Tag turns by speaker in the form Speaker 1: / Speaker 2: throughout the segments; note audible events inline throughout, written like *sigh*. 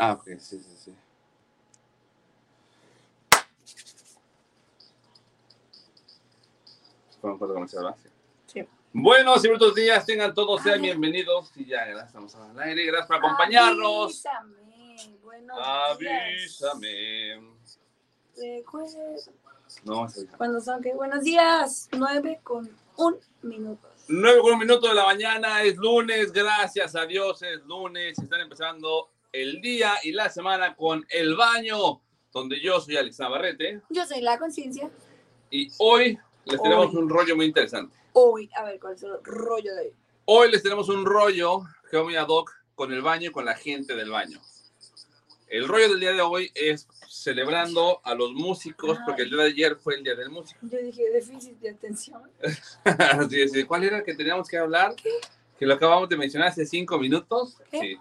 Speaker 1: Ah, ok, sí, sí, sí. Fue un corte comercial, ¿verdad? Sí.
Speaker 2: Sí.
Speaker 1: Buenos y brutos días, tengan todos, sean
Speaker 2: Ay.
Speaker 1: bienvenidos. Y ya, gracias, estamos al aire. Gracias por acompañarnos.
Speaker 2: Avísame. Buenos días.
Speaker 1: Avísame.
Speaker 2: Recuerda-
Speaker 1: No, es el-
Speaker 2: Cuando son que buenos días. 9 con un minuto.
Speaker 1: 9 con un minuto de la mañana, es lunes, gracias a Dios, es lunes. Están empezando el día y la semana con el baño, donde yo soy Alex Navarrete.
Speaker 2: Yo soy la conciencia.
Speaker 1: Y hoy les tenemos
Speaker 2: Hoy.
Speaker 1: un rollo muy interesante.
Speaker 2: Hoy, a ver, ¿cuál es el rollo de hoy?
Speaker 1: Hoy les tenemos un rollo que va muy ad hoc con el baño y con la gente del baño. El rollo del día de hoy es celebrando a los músicos,
Speaker 2: Ay.
Speaker 1: porque el día de ayer fue el día del músico. *laughs*
Speaker 2: Yo dije déficit de atención.
Speaker 1: Así es, ¿Cuál era el que teníamos que hablar? Que lo acabamos de mencionar hace cinco minutos.
Speaker 2: ¿Qué?
Speaker 1: Sí.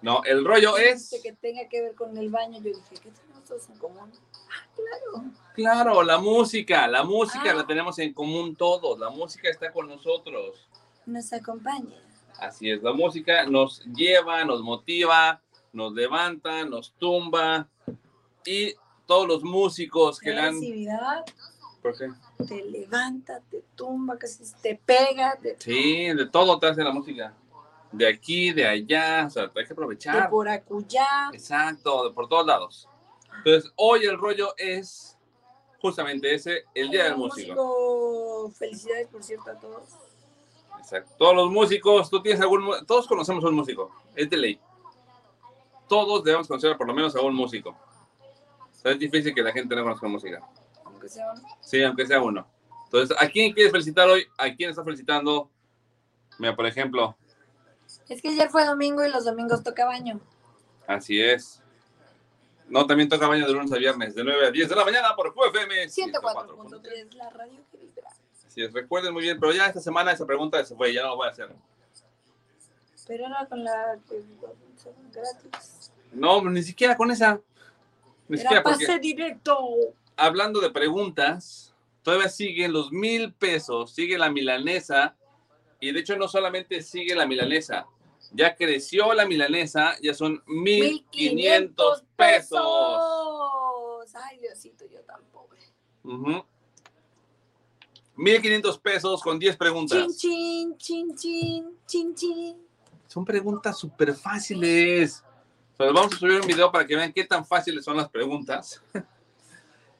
Speaker 1: No, el rollo es,
Speaker 2: Que tenga que ver con el baño. Yo dije, ¿qué tenemos todos en común? Ah, claro.
Speaker 1: claro, la música. La música
Speaker 2: Ah.
Speaker 1: la tenemos en común todos. La música está con nosotros.
Speaker 2: Nos acompaña.
Speaker 1: Así es, la música nos lleva, nos motiva, nos levanta, nos tumba y todos los músicos que le han...
Speaker 2: Agresividad
Speaker 1: ¿Por qué?
Speaker 2: te levanta, te tumba, casi te pega, te
Speaker 1: Sí, de todo te hace la música. De aquí, de allá, o sea, hay que
Speaker 2: de
Speaker 1: aprovechar.
Speaker 2: por acullá.
Speaker 1: Exacto, de por todos lados. Entonces, hoy el rollo es justamente ese, el Día del Músico.
Speaker 2: músico. Felicidades, por cierto, a todos.
Speaker 1: Exacto. Todos los músicos, tú tienes algún... mu- Todos conocemos a un músico, es de ley. Todos debemos conocer por lo menos a un músico. O sea, es difícil que la gente no conozca música.
Speaker 2: Aunque sea un-
Speaker 1: Sí, aunque sea uno. Entonces, ¿a quién quieres felicitar hoy? ¿A quién estás felicitando? Mira, por ejemplo,
Speaker 2: Es que ayer fue domingo y los domingos toca baño.
Speaker 1: así es. No, también toca baño de lunes a viernes, de 9 a 10 de la mañana por QFM
Speaker 2: 104.3, la radio que vibra.
Speaker 1: Así es, recuerden muy bien, pero ya esta semana esa pregunta se fue, ya no lo voy a hacer.
Speaker 2: Pero era con la que gratis.
Speaker 1: No, ni siquiera con esa. Ni
Speaker 2: Era
Speaker 1: siquiera porque
Speaker 2: pase directo.
Speaker 1: hablando de preguntas, todavía siguen los mil pesos, sigue la milanesa, y de hecho no solamente sigue la milanesa, ya creció la milanesa, ya son mil quinientos
Speaker 2: 1500
Speaker 1: pesos.
Speaker 2: pesos. Ay, Diosito, yo tan pobre.
Speaker 1: Mil quinientos pesos con 10 preguntas.
Speaker 2: Chin, chin, chin, chin, chin, chin.
Speaker 1: Son preguntas súper fáciles. O sea, vamos a subir un video para que vean qué tan fáciles son las preguntas. *laughs*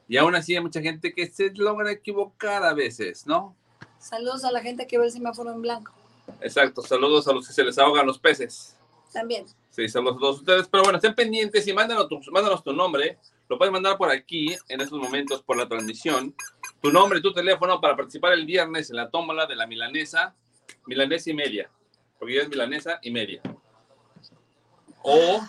Speaker 1: Y aún así hay mucha gente que se logra equivocar a veces, ¿no?
Speaker 2: Saludos a la gente que ve el semáforo en blanco.
Speaker 1: Exacto, saludos a los que se les ahogan los peces.
Speaker 2: También.
Speaker 1: Sí, saludos a todos ustedes. Pero bueno, estén pendientes y mándanos tu, mándanos tu nombre. Lo puedes mandar por aquí, en estos momentos, por la transmisión. Tu nombre y tu teléfono para participar el viernes en la tómbola de la milanesa, milanesa y media. Porque ya es milanesa y media. O,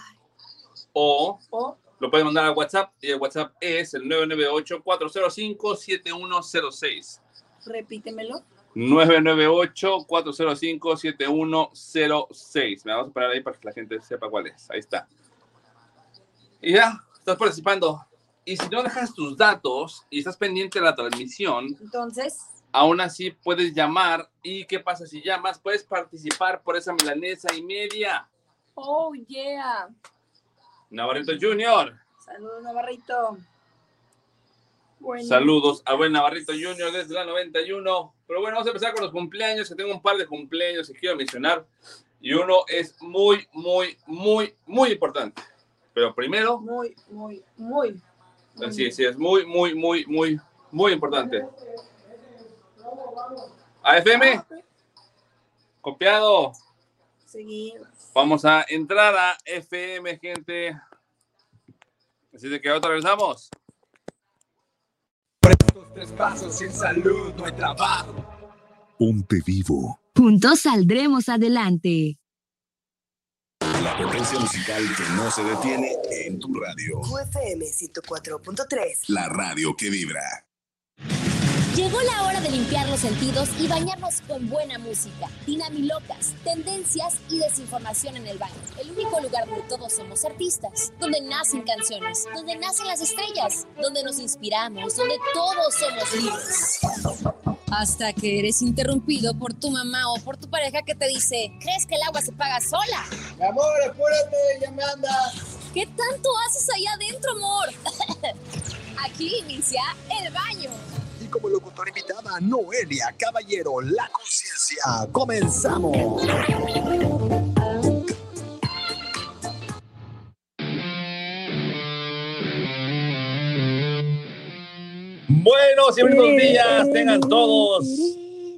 Speaker 1: o
Speaker 2: O
Speaker 1: lo puedes mandar a WhatsApp y el WhatsApp es el 998-405-7106.
Speaker 2: repítemelo.
Speaker 1: 998-405-7106. Me vamos a parar ahí para que la gente sepa cuál es. Ahí está. Y ya, estás participando. Y si no dejas tus datos y estás pendiente de la transmisión,
Speaker 2: Entonces,
Speaker 1: aún así puedes llamar. ¿Y qué pasa si llamas? Puedes participar por esa milanesa y media.
Speaker 2: oh yeah.
Speaker 1: Navarrito Junior.
Speaker 2: Saludos, Navarrito. Bueno,
Speaker 1: Saludos a buen Navarrito Junior desde la 91. Pero bueno, vamos a empezar con los cumpleaños, que tengo un par de cumpleaños que quiero mencionar. Y uno es muy, muy, muy, muy importante. Pero primero,
Speaker 2: Muy, muy, muy. muy
Speaker 1: sí, sí, es muy, muy, muy, muy, muy importante. AFM, copiado.
Speaker 2: Seguir.
Speaker 1: Vamos a entrar a FM, gente. Así de que otra vez vamos.
Speaker 3: Estos tres pasos sin salud no hay trabajo.
Speaker 4: Ponte vivo.
Speaker 5: Juntos saldremos adelante.
Speaker 4: La potencia musical que no se detiene en tu radio.
Speaker 6: UFM 104.3.
Speaker 4: La radio que vibra.
Speaker 7: Llegó la hora de limpiar los sentidos y bañarnos con buena música, dinamilocas, tendencias y desinformación en el baño. El único lugar donde todos somos artistas, donde nacen canciones, donde nacen las estrellas, donde nos inspiramos, donde todos somos libres. Hasta que eres interrumpido por tu mamá o por tu pareja que te dice, ¿crees que el agua se paga sola?
Speaker 3: Mi amor, apúrate, ya me andas.
Speaker 8: ¿Qué tanto haces allá adentro, amor? *laughs* Aquí inicia el baño.
Speaker 4: Y como locutora invitada, Noelia Caballero, la conciencia. Comenzamos.
Speaker 1: Buenos y buenos días, tengan todos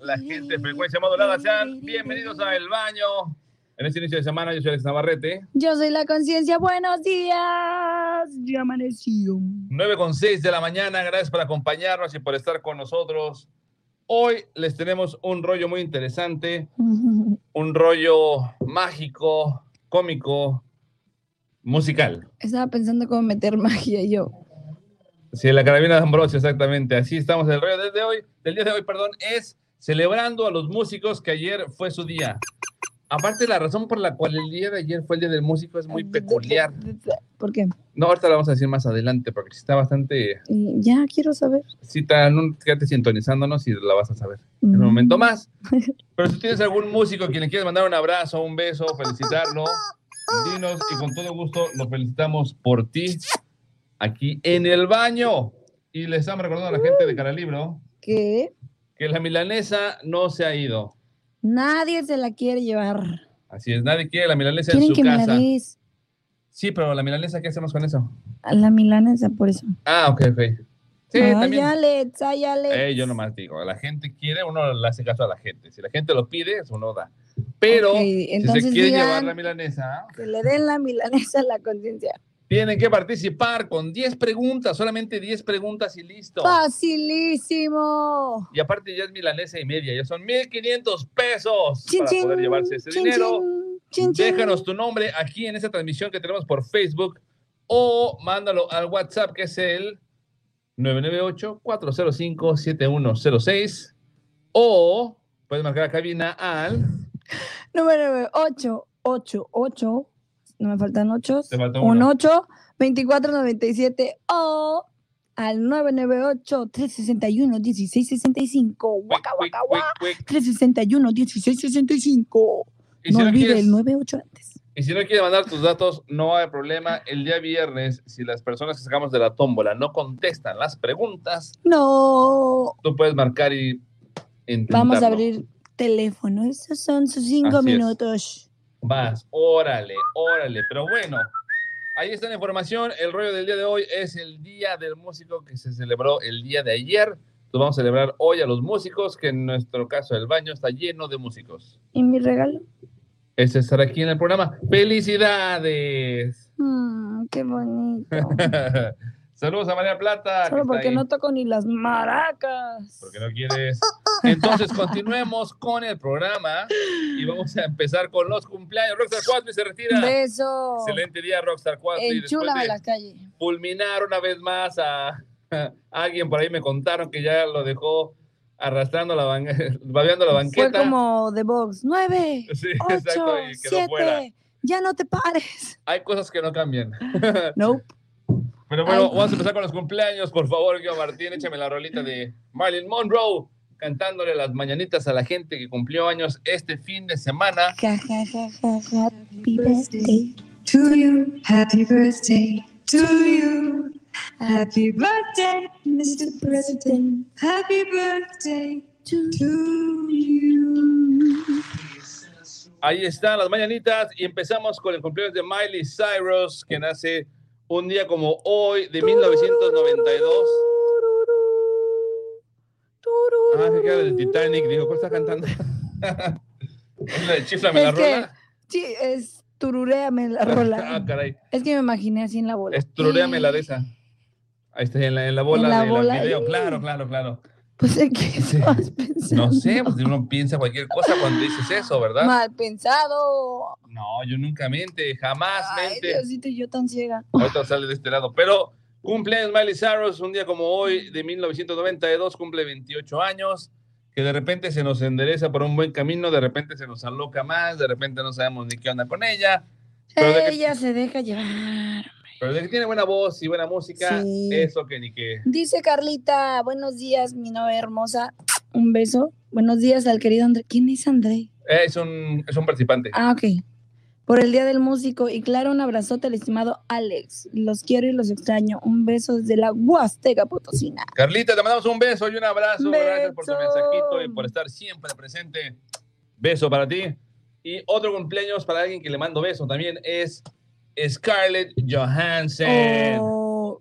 Speaker 1: la gente de frecuencia modulada. Sean bienvenidos a El Baño. En este inicio de semana, yo soy Alex Navarrete.
Speaker 9: Yo soy la conciencia. Buenos días. Yo amaneció.
Speaker 1: 9 con 6 de la mañana, gracias por acompañarnos y por estar con nosotros. Hoy les tenemos un rollo muy
Speaker 9: *laughs*
Speaker 1: interesante, un rollo mágico, cómico, musical.
Speaker 9: Estaba pensando cómo meter magia yo.
Speaker 1: Sí, la carabina de Ambrosio, exactamente. Así estamos el rollo desde hoy, del día de hoy, perdón, es celebrando a los músicos que ayer fue su día. Aparte, la razón por la cual el día de ayer fue el día del músico es muy peculiar.
Speaker 9: ¿Por qué?
Speaker 1: No, ahorita la vamos a decir más adelante porque sí está bastante,
Speaker 9: Y eh, Ya quiero saber.
Speaker 1: sí está, no, quédate sintonizándonos y la vas a saber
Speaker 9: mm,
Speaker 1: en un momento
Speaker 9: *laughs*
Speaker 1: más. Pero si tienes algún músico a quien le quieres mandar un abrazo, un beso, felicitarlo, dinos y con todo gusto lo felicitamos por ti aquí en el baño. Y le estamos recordando a la gente de Cara Libro
Speaker 9: Que
Speaker 1: que la milanesa no se ha ido.
Speaker 9: nadie se la quiere llevar.
Speaker 1: Así es, nadie quiere la milanesa en su
Speaker 9: Quieren que me la
Speaker 1: casa.
Speaker 9: des
Speaker 1: Sí, pero la milanesa, ¿qué hacemos con eso?
Speaker 9: a la milanesa por eso.
Speaker 1: Ah, ok, ok. Sí,
Speaker 9: ay,
Speaker 1: también.
Speaker 9: Alex, ay, Alex.
Speaker 1: Eh, yo nomás digo, la gente quiere, uno le hace caso a la gente. Si la gente lo pide, uno da. Pero
Speaker 9: Ok,
Speaker 1: si
Speaker 9: entonces
Speaker 1: se quiere
Speaker 9: digan
Speaker 1: llevar la milanesa,
Speaker 9: que le den la milanesa a la conciencia.
Speaker 1: tienen que participar con 10 preguntas, solamente 10 preguntas y listo.
Speaker 9: Facilísimo.
Speaker 1: Y aparte ya es milanesa y media, ya son 1.500 pesos
Speaker 9: Chin,
Speaker 1: para
Speaker 9: chin,
Speaker 1: poder llevarse ese
Speaker 9: chin,
Speaker 1: dinero.
Speaker 9: chin, chin,
Speaker 1: Déjanos tu nombre aquí en esta transmisión que tenemos por Facebook o mándalo al WhatsApp que es el 998-405-7106 o puedes marcar a cabina al...
Speaker 9: chin. Número 8, 8, 8. No me faltan 8.
Speaker 1: Te falta
Speaker 9: Un
Speaker 1: uno.
Speaker 9: 8, 2497 o al 998-361-1665. Waka,
Speaker 1: Quick,
Speaker 9: waka,
Speaker 1: quick,
Speaker 9: waka.
Speaker 1: quick, quick.
Speaker 9: 361-1665.
Speaker 1: Y
Speaker 9: no
Speaker 1: si no
Speaker 9: olvide
Speaker 1: quieres-
Speaker 9: el 98 antes.
Speaker 1: Y si no quieres mandar tus datos, no hay problema. El día viernes, si las personas que sacamos de la tómbola no contestan las preguntas,
Speaker 9: No.
Speaker 1: tú puedes marcar y intentarlo.
Speaker 9: Vamos a abrir teléfono. Esos son sus
Speaker 1: Así
Speaker 9: cinco
Speaker 1: es.
Speaker 9: minutos.
Speaker 1: Vas, órale, órale. Pero bueno, ahí está la información. El rollo del día de hoy es el Día del Músico que se celebró el día de ayer. Entonces vamos a celebrar hoy a los músicos, que en nuestro caso el baño está lleno de músicos.
Speaker 9: ¿Y mi regalo?
Speaker 1: Es estar aquí en el programa. ¡Felicidades!
Speaker 9: Mm, qué
Speaker 1: *laughs*
Speaker 9: bonito.
Speaker 1: Saludos a María Plata. que
Speaker 9: Solo
Speaker 1: está
Speaker 9: porque
Speaker 1: ahí.
Speaker 9: no toco ni las maracas.
Speaker 1: Porque no quieres. Entonces, continuemos con el programa y vamos a empezar con los cumpleaños. Rockstar Quadri se retira.
Speaker 9: Beso.
Speaker 1: Excelente día, Rockstar Quadri. Después
Speaker 9: Enchúlame
Speaker 1: de
Speaker 9: la calle.
Speaker 1: fulminar una vez más a, a alguien por ahí, me contaron que ya lo dejó arrastrando la banqueta, *laughs* babeando la
Speaker 9: Fue
Speaker 1: banqueta.
Speaker 9: como The Box. Nueve,
Speaker 1: Sí, *laughs*
Speaker 9: ocho,
Speaker 1: exacto, y quedó fuera.
Speaker 9: siete. Ya no
Speaker 1: *laughs*
Speaker 9: te pares.
Speaker 1: Hay cosas que no cambian.
Speaker 9: No.
Speaker 1: Pero bueno,
Speaker 9: Ay.
Speaker 1: vamos a empezar con los cumpleaños. Por favor, Guido Martín, échame la rolita de Marilyn Monroe cantándole las mañanitas a la gente que cumplió años este fin de semana.
Speaker 9: Ja, ja, ja, ja, ja.
Speaker 10: Happy birthday to you. Happy birthday to you. Happy birthday, Mr. President. Happy birthday to, to you.
Speaker 1: Ahí están las mañanitas y empezamos con el cumpleaños de Miley Cyrus, que nace un día como hoy de 1992. Ah, se queda del Titanic. Digo, ¿cuál está cantando? *laughs* es la de Chiflame la
Speaker 9: Es que-
Speaker 1: rola.
Speaker 9: Sí, es tururéame la
Speaker 1: Ah,
Speaker 9: rola.
Speaker 1: caray.
Speaker 9: Es que me imaginé así en la bola.
Speaker 1: Estruréame la de esa. Ahí está, en la, en la bola
Speaker 9: En la
Speaker 1: del
Speaker 9: bola,
Speaker 1: video.
Speaker 9: sí.
Speaker 1: Claro, claro, claro.
Speaker 9: Pues es que
Speaker 1: Sí.
Speaker 9: estabas *laughs* pensando.
Speaker 1: No sé, pues uno piensa cualquier cosa cuando dices eso, ¿verdad?
Speaker 9: Mal pensado.
Speaker 1: No, yo nunca mente, jamás
Speaker 9: Ay,
Speaker 1: mente.
Speaker 9: Diosito, yo tan ciega.
Speaker 1: Ahorita sale de este lado. Pero cumpleaños Miley Cyrus, un día como hoy, de 1992, cumple 28 años, que de repente se nos endereza por un buen camino, de repente se nos aloca más, de repente no sabemos ni qué onda con ella. Pero de que,
Speaker 9: Ella se deja llevar.
Speaker 1: pero de que tiene buena voz y buena música,
Speaker 9: Sí.
Speaker 1: eso que ni qué.
Speaker 9: Dice Carlita, buenos días, mi novia hermosa. Un beso. Buenos días al querido André. ¿Quién es André?
Speaker 1: Eh, Es un, es un participante.
Speaker 9: Ah, ok. por el Día del Músico. Y claro, un abrazote al estimado Alex. Los quiero y los extraño. Un beso desde la Huasteca Potosina.
Speaker 1: Carlita, te mandamos un beso y un abrazo.
Speaker 9: Beso.
Speaker 1: Gracias por tu mensajito y por estar siempre presente. Beso para ti. Y otro cumpleaños para alguien que le mando beso también es Scarlett Johansson.
Speaker 9: Oh,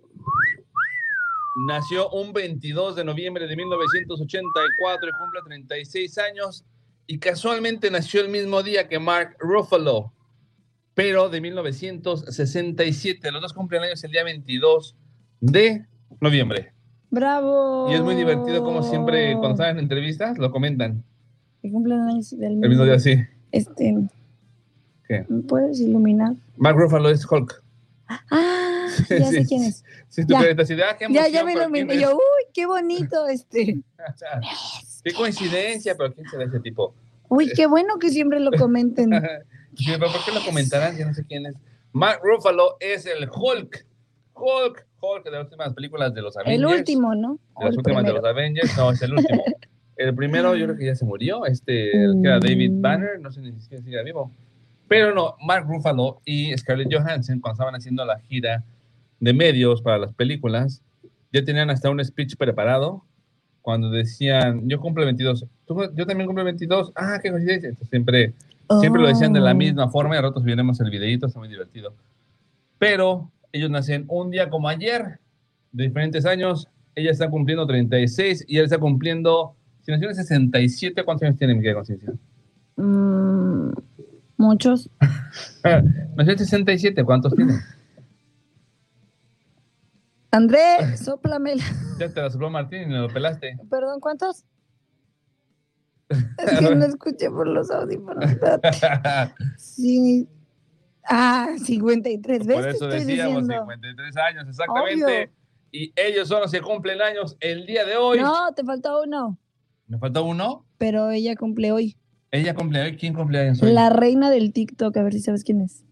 Speaker 1: Nació un 22 de noviembre de 1984 y cumple 36 años. Y casualmente nació el mismo día que Mark Ruffalo, pero de 1967. Los dos cumplen años el día 22 de noviembre.
Speaker 9: bravo.
Speaker 1: Y es muy divertido como siempre, cuando están en entrevistas, lo comentan.
Speaker 9: Que cumplen años del
Speaker 1: El mismo día, sí.
Speaker 9: Este,
Speaker 1: ¿Qué?
Speaker 9: ¿me puedes iluminar?
Speaker 1: Mark Ruffalo es Hulk.
Speaker 9: Ah, *laughs* ya
Speaker 1: Sí,
Speaker 9: sé
Speaker 1: sí.
Speaker 9: quién es.
Speaker 1: Sí, tú
Speaker 9: Ya.
Speaker 1: crees, así de, ah, qué
Speaker 9: Ya,
Speaker 1: emoción,
Speaker 9: ya me
Speaker 1: pero
Speaker 9: iluminé.
Speaker 1: ¿quién
Speaker 9: Y
Speaker 1: es?
Speaker 9: Yo,
Speaker 1: *laughs*
Speaker 9: uy, qué bonito este.
Speaker 1: Qué coincidencia, pero ¿quién será ese tipo? *laughs*
Speaker 9: Uy, qué bueno que siempre lo comenten.
Speaker 1: Sí, pero ¿por qué lo comentarán? Yo no sé quién es. Mark Ruffalo es el Hulk. Hulk, Hulk de las últimas películas de los Avengers.
Speaker 9: El último, ¿no?
Speaker 1: De
Speaker 9: O
Speaker 1: las
Speaker 9: el
Speaker 1: últimas de
Speaker 9: primero.
Speaker 1: los Avengers. No, es el
Speaker 9: *laughs*
Speaker 1: último. El primero yo creo que ya se murió. Este, el que era David
Speaker 9: Mm.
Speaker 1: Banner, no sé ni siquiera si sigue vivo. Pero no, Mark Ruffalo y Scarlett Johansson, cuando estaban haciendo la gira de medios para las películas, ya tenían hasta un speech preparado cuando decían, yo cumplo 22, "Tú- yo también cumplo 22, ah, qué coincidencia. Entonces, siempre Siempre lo decían de la
Speaker 9: Oh.
Speaker 1: misma forma y a ratos veremos el videito, está muy divertido. Pero ellos nacen un día como ayer, de diferentes años. Ella está cumpliendo 36 y él está cumpliendo, si nació en el 67, ¿cuántos años tiene Miguel Conciencia? *laughs*
Speaker 9: Mm, muchos.
Speaker 1: Nació en 67, ¿cuántos tiene?
Speaker 9: André, soplame.
Speaker 1: Ya te la sopló Martín y lo
Speaker 9: *laughs*
Speaker 1: pelaste.
Speaker 9: Perdón, ¿cuántos? Es que no escuché por los audífonos. espérate.
Speaker 1: por
Speaker 9: Sí. Ah, 53 veces.
Speaker 1: eso
Speaker 9: estoy
Speaker 1: decíamos
Speaker 9: diciendo.
Speaker 1: 53 años, exactamente.
Speaker 9: Obvio.
Speaker 1: Y ellos solo se cumplen años el día de hoy.
Speaker 9: No, te faltó uno.
Speaker 1: ¿Me falta uno?
Speaker 9: Pero ella cumple hoy.
Speaker 1: Ella cumple hoy. ¿Quién cumple años hoy?
Speaker 9: La reina del TikTok, a ver si sabes quién es.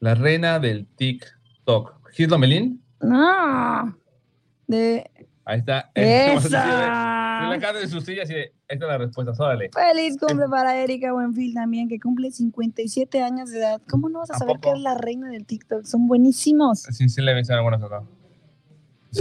Speaker 1: La reina del TikTok. Gislo Melín.
Speaker 9: No.
Speaker 1: *laughs*
Speaker 9: De
Speaker 1: Ahí está. Se la
Speaker 9: esa.
Speaker 1: cara de sus sillas y de, esta es la respuesta. Órale.
Speaker 9: Feliz cumple para Erika Buenfield también, que cumple 57 años de edad. ¿Cómo no vas a
Speaker 1: ¿A
Speaker 9: saber
Speaker 1: poco?
Speaker 9: que es la reina del TikTok? Son buenísimos.
Speaker 1: Sí, sí le ves algunas acá. *laughs*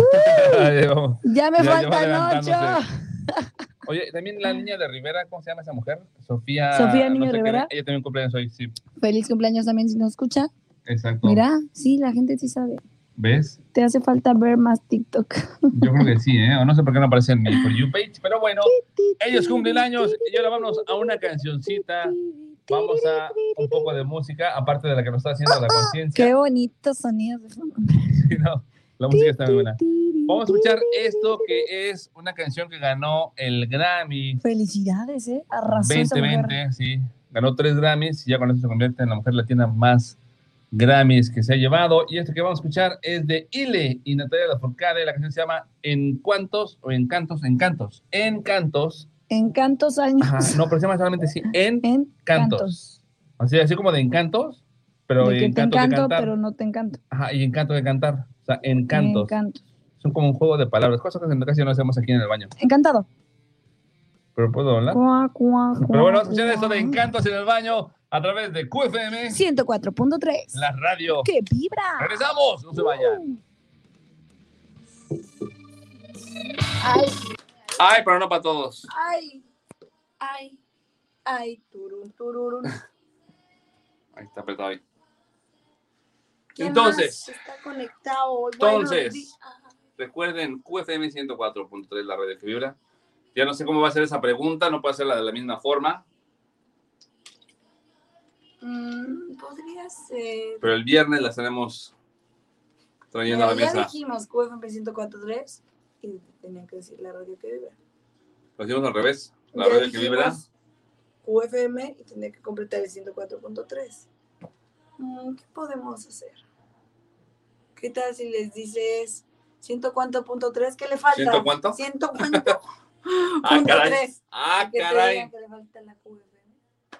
Speaker 1: Ahí vamos.
Speaker 9: Ya me
Speaker 1: Ya- ya va
Speaker 9: faltan
Speaker 1: adelantándose.
Speaker 9: ocho.
Speaker 1: Oye, también la niña de Rivera, ¿cómo se llama esa mujer? Sofía.
Speaker 9: Sofía Niño
Speaker 1: qué,
Speaker 9: Rivera.
Speaker 1: Ella también cumpleaños hoy, sí.
Speaker 9: Feliz cumpleaños también si nos escucha.
Speaker 1: Exacto.
Speaker 9: Mira, sí, la gente sí sabe.
Speaker 1: ¿Ves?
Speaker 9: Te hace falta ver más TikTok.
Speaker 1: Yo creo que sí, ¿eh? O No sé por qué no aparece en mi For You page, pero bueno, ellos cumplen años y ahora vámonos a una cancioncita. Vamos a un poco de música, aparte de la que nos está haciendo la conciencia.
Speaker 9: ¡Ah! Qué bonitos sonidos de fondo.
Speaker 1: *laughs* Sí, no, la música está muy buena. Vamos a escuchar esto que es una canción que ganó el Grammy
Speaker 9: Felicidades, ¿eh? Arrasó esa mujer.
Speaker 1: 2020, sí. Ganó tres Grammys y ya con eso se convierte en la mujer latina más Grammys que se ha llevado. Y esto que vamos a escuchar es de Ile y Natalia Lafourcade. La canción se llama En Cuantos o Encantos, Encantos. Encantos.
Speaker 9: Encantos años.
Speaker 1: Ajá, No, pero se llama solamente así. En,
Speaker 9: *laughs* En
Speaker 1: Cantos.
Speaker 9: cantos.
Speaker 1: así, así como de Encantos, pero
Speaker 9: de que te
Speaker 1: Encantos de
Speaker 9: encanto,
Speaker 1: cantar.
Speaker 9: pero no te encanto.
Speaker 1: Ajá, y Encanto de cantar. O sea, Encantos.
Speaker 9: Encantos.
Speaker 1: Son como un juego de palabras, cosas que en casi no hacemos aquí en el baño.
Speaker 9: Encantado.
Speaker 1: Pero puedo hablar.
Speaker 9: Cuá, cuá, cuá,
Speaker 1: ¿Ah? Pero bueno, vamos a escuchar esto de
Speaker 9: cuá.
Speaker 1: Encantos en el Baño a través de QFM,
Speaker 9: 104.3.
Speaker 1: la radio.
Speaker 9: ¡Qué vibra!
Speaker 1: ¡Regresamos! ¡No se vayan!
Speaker 2: Ay,
Speaker 1: Ay, pero no para todos.
Speaker 2: ay, ay, ay, turun, tururun.
Speaker 1: Ahí está apretado ahí.
Speaker 2: ¿Quién
Speaker 1: Entonces.
Speaker 2: más está conectado hoy? ah,
Speaker 1: Entonces. Recuerden, QFM 104.3, la radio que vibra. Ya no sé cómo va a ser esa pregunta, no puedo hacerla de la misma forma,
Speaker 2: Mm, podría ser.
Speaker 1: pero el viernes la estaremos trayendo a la
Speaker 2: Mira, ya
Speaker 1: mesa.
Speaker 2: dijimos QFM 104.3 y tenían que decir la radio que vibra.
Speaker 1: Lo hicimos al revés. La
Speaker 2: Ya
Speaker 1: radio que vibra.
Speaker 2: dijimos QFM y tenía que completar el 104.3. Mm, ¿Qué podemos hacer? ¿Qué tal si les dices 104.3? ¿Qué le falta?
Speaker 1: ¿Ciento cuánto?
Speaker 2: *laughs* 104.3.
Speaker 1: *laughs* ¡Ah, caray! ¡Ah,
Speaker 2: Que te
Speaker 1: caray!
Speaker 2: digan que le falta la QFM.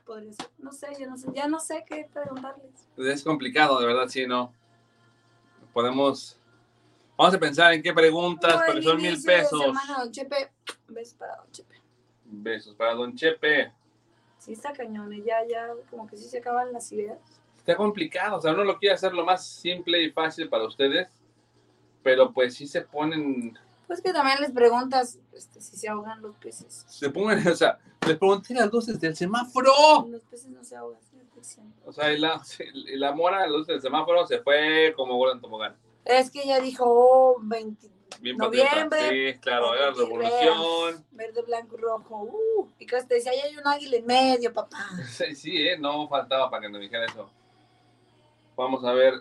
Speaker 2: Podría ser. No sé, yo no sé, ya no sé qué preguntarles.
Speaker 1: Es complicado, de verdad, sí, no. Podemos. Vamos a pensar en qué preguntas,
Speaker 2: Por
Speaker 1: porque
Speaker 2: el
Speaker 1: son mil
Speaker 2: inicio de
Speaker 1: pesos.
Speaker 2: Semana, don Chepe. Besos para Don Chepe.
Speaker 1: Besos para Don Chepe.
Speaker 2: Sí, está cañón, eh, ya, ya, como que sí se acaban las ideas.
Speaker 1: está complicado. O sea, uno lo quiere hacer lo más simple y fácil para ustedes, pero pues sí se ponen,
Speaker 2: Pues que también les preguntas este, si se ahogan los peces.
Speaker 1: se ponen, *laughs* o sea, les pregunté las luces del
Speaker 2: *laughs*
Speaker 1: semáforo.
Speaker 2: Los peces no se ahogan. es ficción.
Speaker 1: O sea, y la, y la mora de las luces del semáforo se fue como Gordon Tobogán.
Speaker 2: Es que ella dijo, oh, 20
Speaker 1: Bien patriota.
Speaker 2: noviembre.
Speaker 1: Sí, claro, era la
Speaker 2: verde,
Speaker 1: revolución. *laughs*
Speaker 2: Verde, blanco, rojo. Uh, y que te decía, ahí hay un águila en medio, papá.
Speaker 1: Sí, sí, eh, no faltaba para que nos dijera eso. Vamos a ver.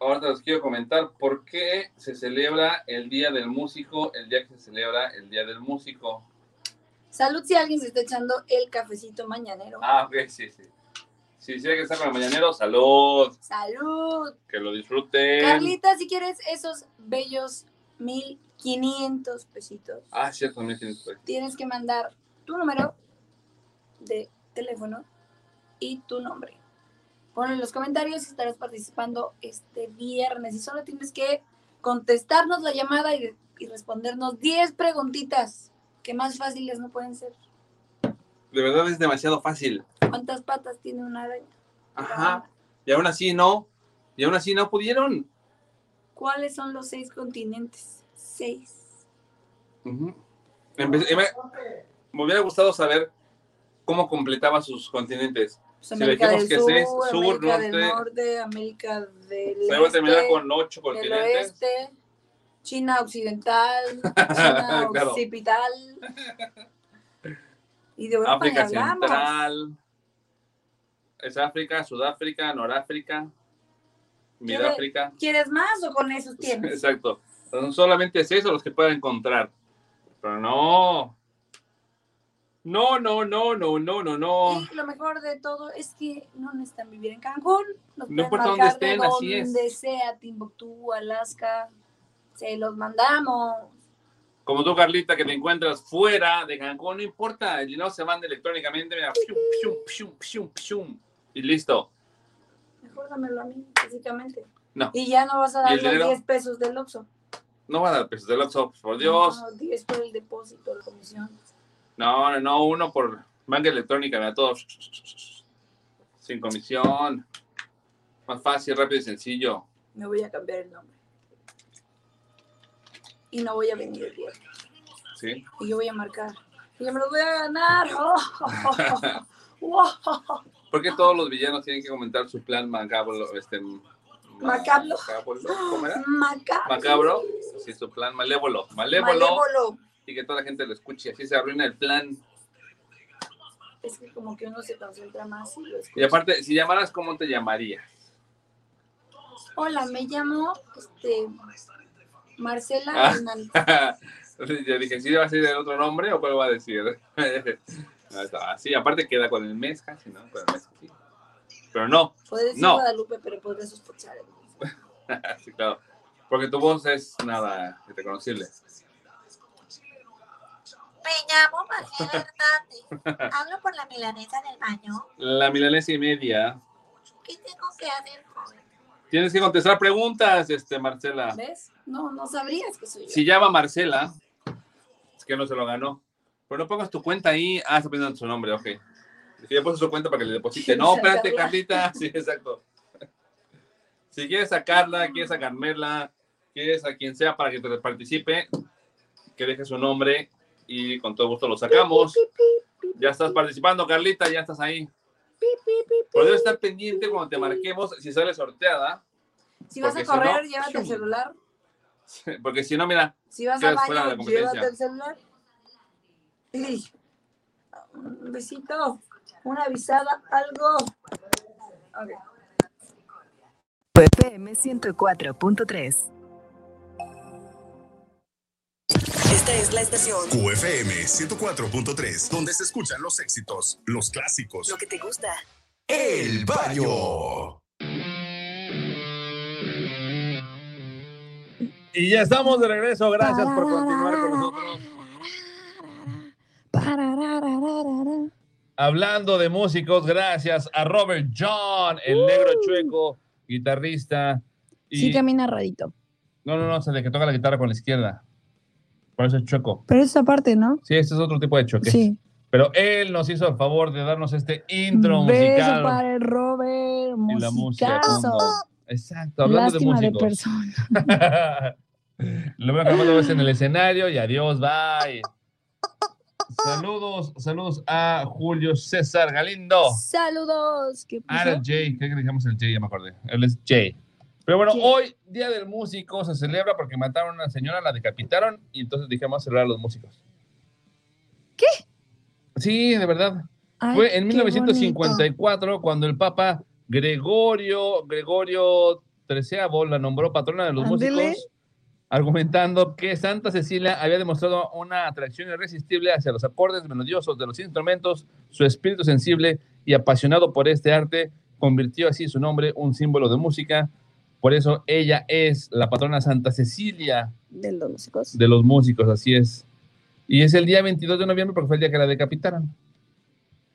Speaker 1: Ahora les quiero comentar por qué se celebra el Día del Músico, el día que se celebra el Día del Músico.
Speaker 2: Salud si alguien se está echando el cafecito mañanero.
Speaker 1: Ah, ok, sí, sí. Si sí, hay que estar con el mañanero, salud,
Speaker 2: Salud.
Speaker 1: que lo disfruten.
Speaker 2: Carlita, si quieres esos bellos 1500 pesitos,
Speaker 1: Ah, cierto, me siento.
Speaker 2: tienes que mandar tu número de teléfono y tu nombre. Ponlo en los comentarios si estarás participando este viernes y solo tienes que contestarnos la llamada y, y respondernos 10 preguntitas, que más fáciles no pueden ser.
Speaker 1: De verdad es demasiado fácil.
Speaker 2: ¿Cuántas patas tiene una araña? Ah.
Speaker 1: Ajá. Y aún así no. Y aún así no pudieron.
Speaker 2: ¿Cuáles son los seis continentes? Seis.
Speaker 1: Ujú. Empecé- me, me hubiera gustado saber cómo completaba sus continentes.
Speaker 2: Pues
Speaker 1: Si
Speaker 2: América
Speaker 1: dijimos
Speaker 2: del
Speaker 1: que
Speaker 2: Sur,
Speaker 1: seis, sur,
Speaker 2: América del
Speaker 1: norte.
Speaker 2: Norte, América del
Speaker 1: Se iba a terminar
Speaker 2: Este,
Speaker 1: con ocho
Speaker 2: del
Speaker 1: continentes.
Speaker 2: Oeste, China Occidental, China
Speaker 1: *laughs* Claro.
Speaker 2: Occipital. Y de Europa
Speaker 1: África
Speaker 2: ni hablamos.
Speaker 1: Central. Es África, Sudáfrica, Noráfrica, Midáfrica.
Speaker 2: ¿Quieres más o con esos
Speaker 1: *laughs*
Speaker 2: tienes?
Speaker 1: Exacto. Son solamente seis o los que pueda encontrar. Pero no. No, no, no, no, no, no, no.
Speaker 2: Y lo mejor de todo es que no necesitan vivir en Cancún.
Speaker 1: No
Speaker 2: Nos pueden
Speaker 1: importa dónde
Speaker 2: marcar de
Speaker 1: estén, así es.
Speaker 2: Donde sea, Timbuktu, Alaska, se los mandamos.
Speaker 1: Como tú, Carlita, que te encuentras fuera de Cancún, no importa, el dinero se manda electrónicamente, mira, pium, pium, pium, pium, pium, y listo.
Speaker 2: Mejor dámelo a mí, físicamente.
Speaker 1: No.
Speaker 2: Y ya no vas a
Speaker 1: ¿Y el
Speaker 2: dar los
Speaker 1: dinero?
Speaker 2: 10 pesos del Oxxo.
Speaker 1: No van a dar pesos del Oxxo, por Dios.
Speaker 2: No, 10 por el depósito, la comisión.
Speaker 1: No, no, no, uno por banca electrónica, mira, todos. Sin comisión. Más fácil, rápido y sencillo.
Speaker 2: Me voy a cambiar el nombre. Y no voy a venir el viernes.
Speaker 1: ¿Sí?
Speaker 2: Y yo voy a marcar. Y yo me los voy a ganar. *laughs* ¡Wow!
Speaker 1: Porque todos los villanos tienen que comentar su plan macabro, este... ma-
Speaker 2: Macabro.
Speaker 1: macabro, ¿Cómo
Speaker 2: *gasps*
Speaker 1: era?
Speaker 2: Macabro.
Speaker 1: Macabro. Sí, su plan malévolo. Malévolo.
Speaker 2: Malévolo.
Speaker 1: Y que toda la gente lo escuche. Así se arruina el plan.
Speaker 2: Es que como que uno se concentra más y lo
Speaker 1: Y
Speaker 2: escucha.
Speaker 1: aparte, si llamaras, ¿cómo te llamarías?
Speaker 2: Hola, me llamo este, Marcela
Speaker 1: Ah.
Speaker 2: Hernández.
Speaker 1: *laughs* Yo dije, ¿sí va a ser el otro nombre o cuál va a decir? *laughs* No, estaba Así, aparte queda con el mes casi, ¿no? Con el mes, sí. Pero no, *laughs*
Speaker 2: Puedes decir
Speaker 1: No.
Speaker 2: Guadalupe, pero podrías sospechar.
Speaker 1: sí, claro. Porque tu voz es nada reconocible.
Speaker 11: Me llamo Marcela Hernández. Hablo por la milanesa del baño.
Speaker 1: La milanesa y media.
Speaker 11: ¿Qué tengo que hacer?
Speaker 1: Tienes que contestar preguntas, este, Marcela.
Speaker 2: ¿Ves? No, no sabrías que soy yo.
Speaker 1: Si llama Marcela, es que no se lo ganó. Pero no pongas tu cuenta ahí. Ah, está poniendo su nombre, ok. Si ya puso su cuenta para que le deposite. No, espérate, Carlita. *laughs* Sí, exacto. Si quieres sacarla, quieres a Carmela, quieres a quien sea para que te participe, que deje su nombre y con todo gusto lo sacamos. Ya estás participando, Carlita, ya estás ahí. Podrías estar pendiente cuando te marquemos si sale sorteada, *laughs*
Speaker 2: Si vas a
Speaker 1: porque si no,
Speaker 2: correr, llévate el
Speaker 1: ¡shum!
Speaker 2: celular.
Speaker 1: porque si no, mira,
Speaker 2: Si vas
Speaker 1: Quedas
Speaker 2: a
Speaker 1: fuera de la
Speaker 2: baño,
Speaker 1: competencia.
Speaker 2: llévate el celular. Y, un besito, una avisada, algo. Ok.
Speaker 6: FM 104.3.
Speaker 12: Esta es la estación.
Speaker 4: QFM 104.3, donde se escuchan los éxitos, los clásicos,
Speaker 6: Lo que te gusta.
Speaker 4: el baño.
Speaker 1: Y ya estamos de regreso. Gracias por continuar con nosotros.
Speaker 9: Parararararara.
Speaker 1: Hablando de músicos, gracias a Robert John, el negro chueco, guitarrista. Y...
Speaker 9: Sí camina radito.
Speaker 1: No, no, no, se le que toca la guitarra con la izquierda. Por eso es chueco.
Speaker 9: Pero esa parte, ¿no?
Speaker 1: Sí, este es otro tipo de choque.
Speaker 9: Sí.
Speaker 1: Pero él nos hizo el favor de darnos este intro
Speaker 9: Beso
Speaker 1: musical.
Speaker 9: para el Robert.
Speaker 1: y la música. de fondo.
Speaker 9: musicazo.
Speaker 1: Exacto, hablando
Speaker 9: Lástima de,
Speaker 1: de músicos.
Speaker 9: persona.
Speaker 1: *laughs* Lo veo grabando a veces en el escenario y adiós, bye. Saludos, saludos a Julio César Galindo.
Speaker 9: Saludos. ¿Qué
Speaker 1: Oh. Ah,
Speaker 9: pasó?
Speaker 1: era Jay, creo que le dijimos el Jay, ya me acordé. Él es Jay. Pero bueno,
Speaker 9: Jay.
Speaker 1: hoy, Día del Músico, se celebra porque mataron a una señora, la decapitaron y entonces dije, vamos a celebrar a los músicos. ¿Qué? Sí, de verdad.
Speaker 9: Ay,
Speaker 1: Fue en
Speaker 9: qué
Speaker 1: 1954 cuando el Papa Gregorio, Gregorio XIII la nombró patrona de los
Speaker 9: Ándele.
Speaker 1: músicos, argumentando que Santa Cecilia había demostrado una atracción irresistible hacia los acordes melodiosos de los instrumentos, su espíritu sensible y apasionado por este arte convirtió así su nombre un símbolo de música. Por eso ella es la patrona Santa Cecilia
Speaker 9: bonito. De los músicos.
Speaker 1: de los músicos, así es. Y es el día 22 de noviembre porque fue el día que la decapitaron.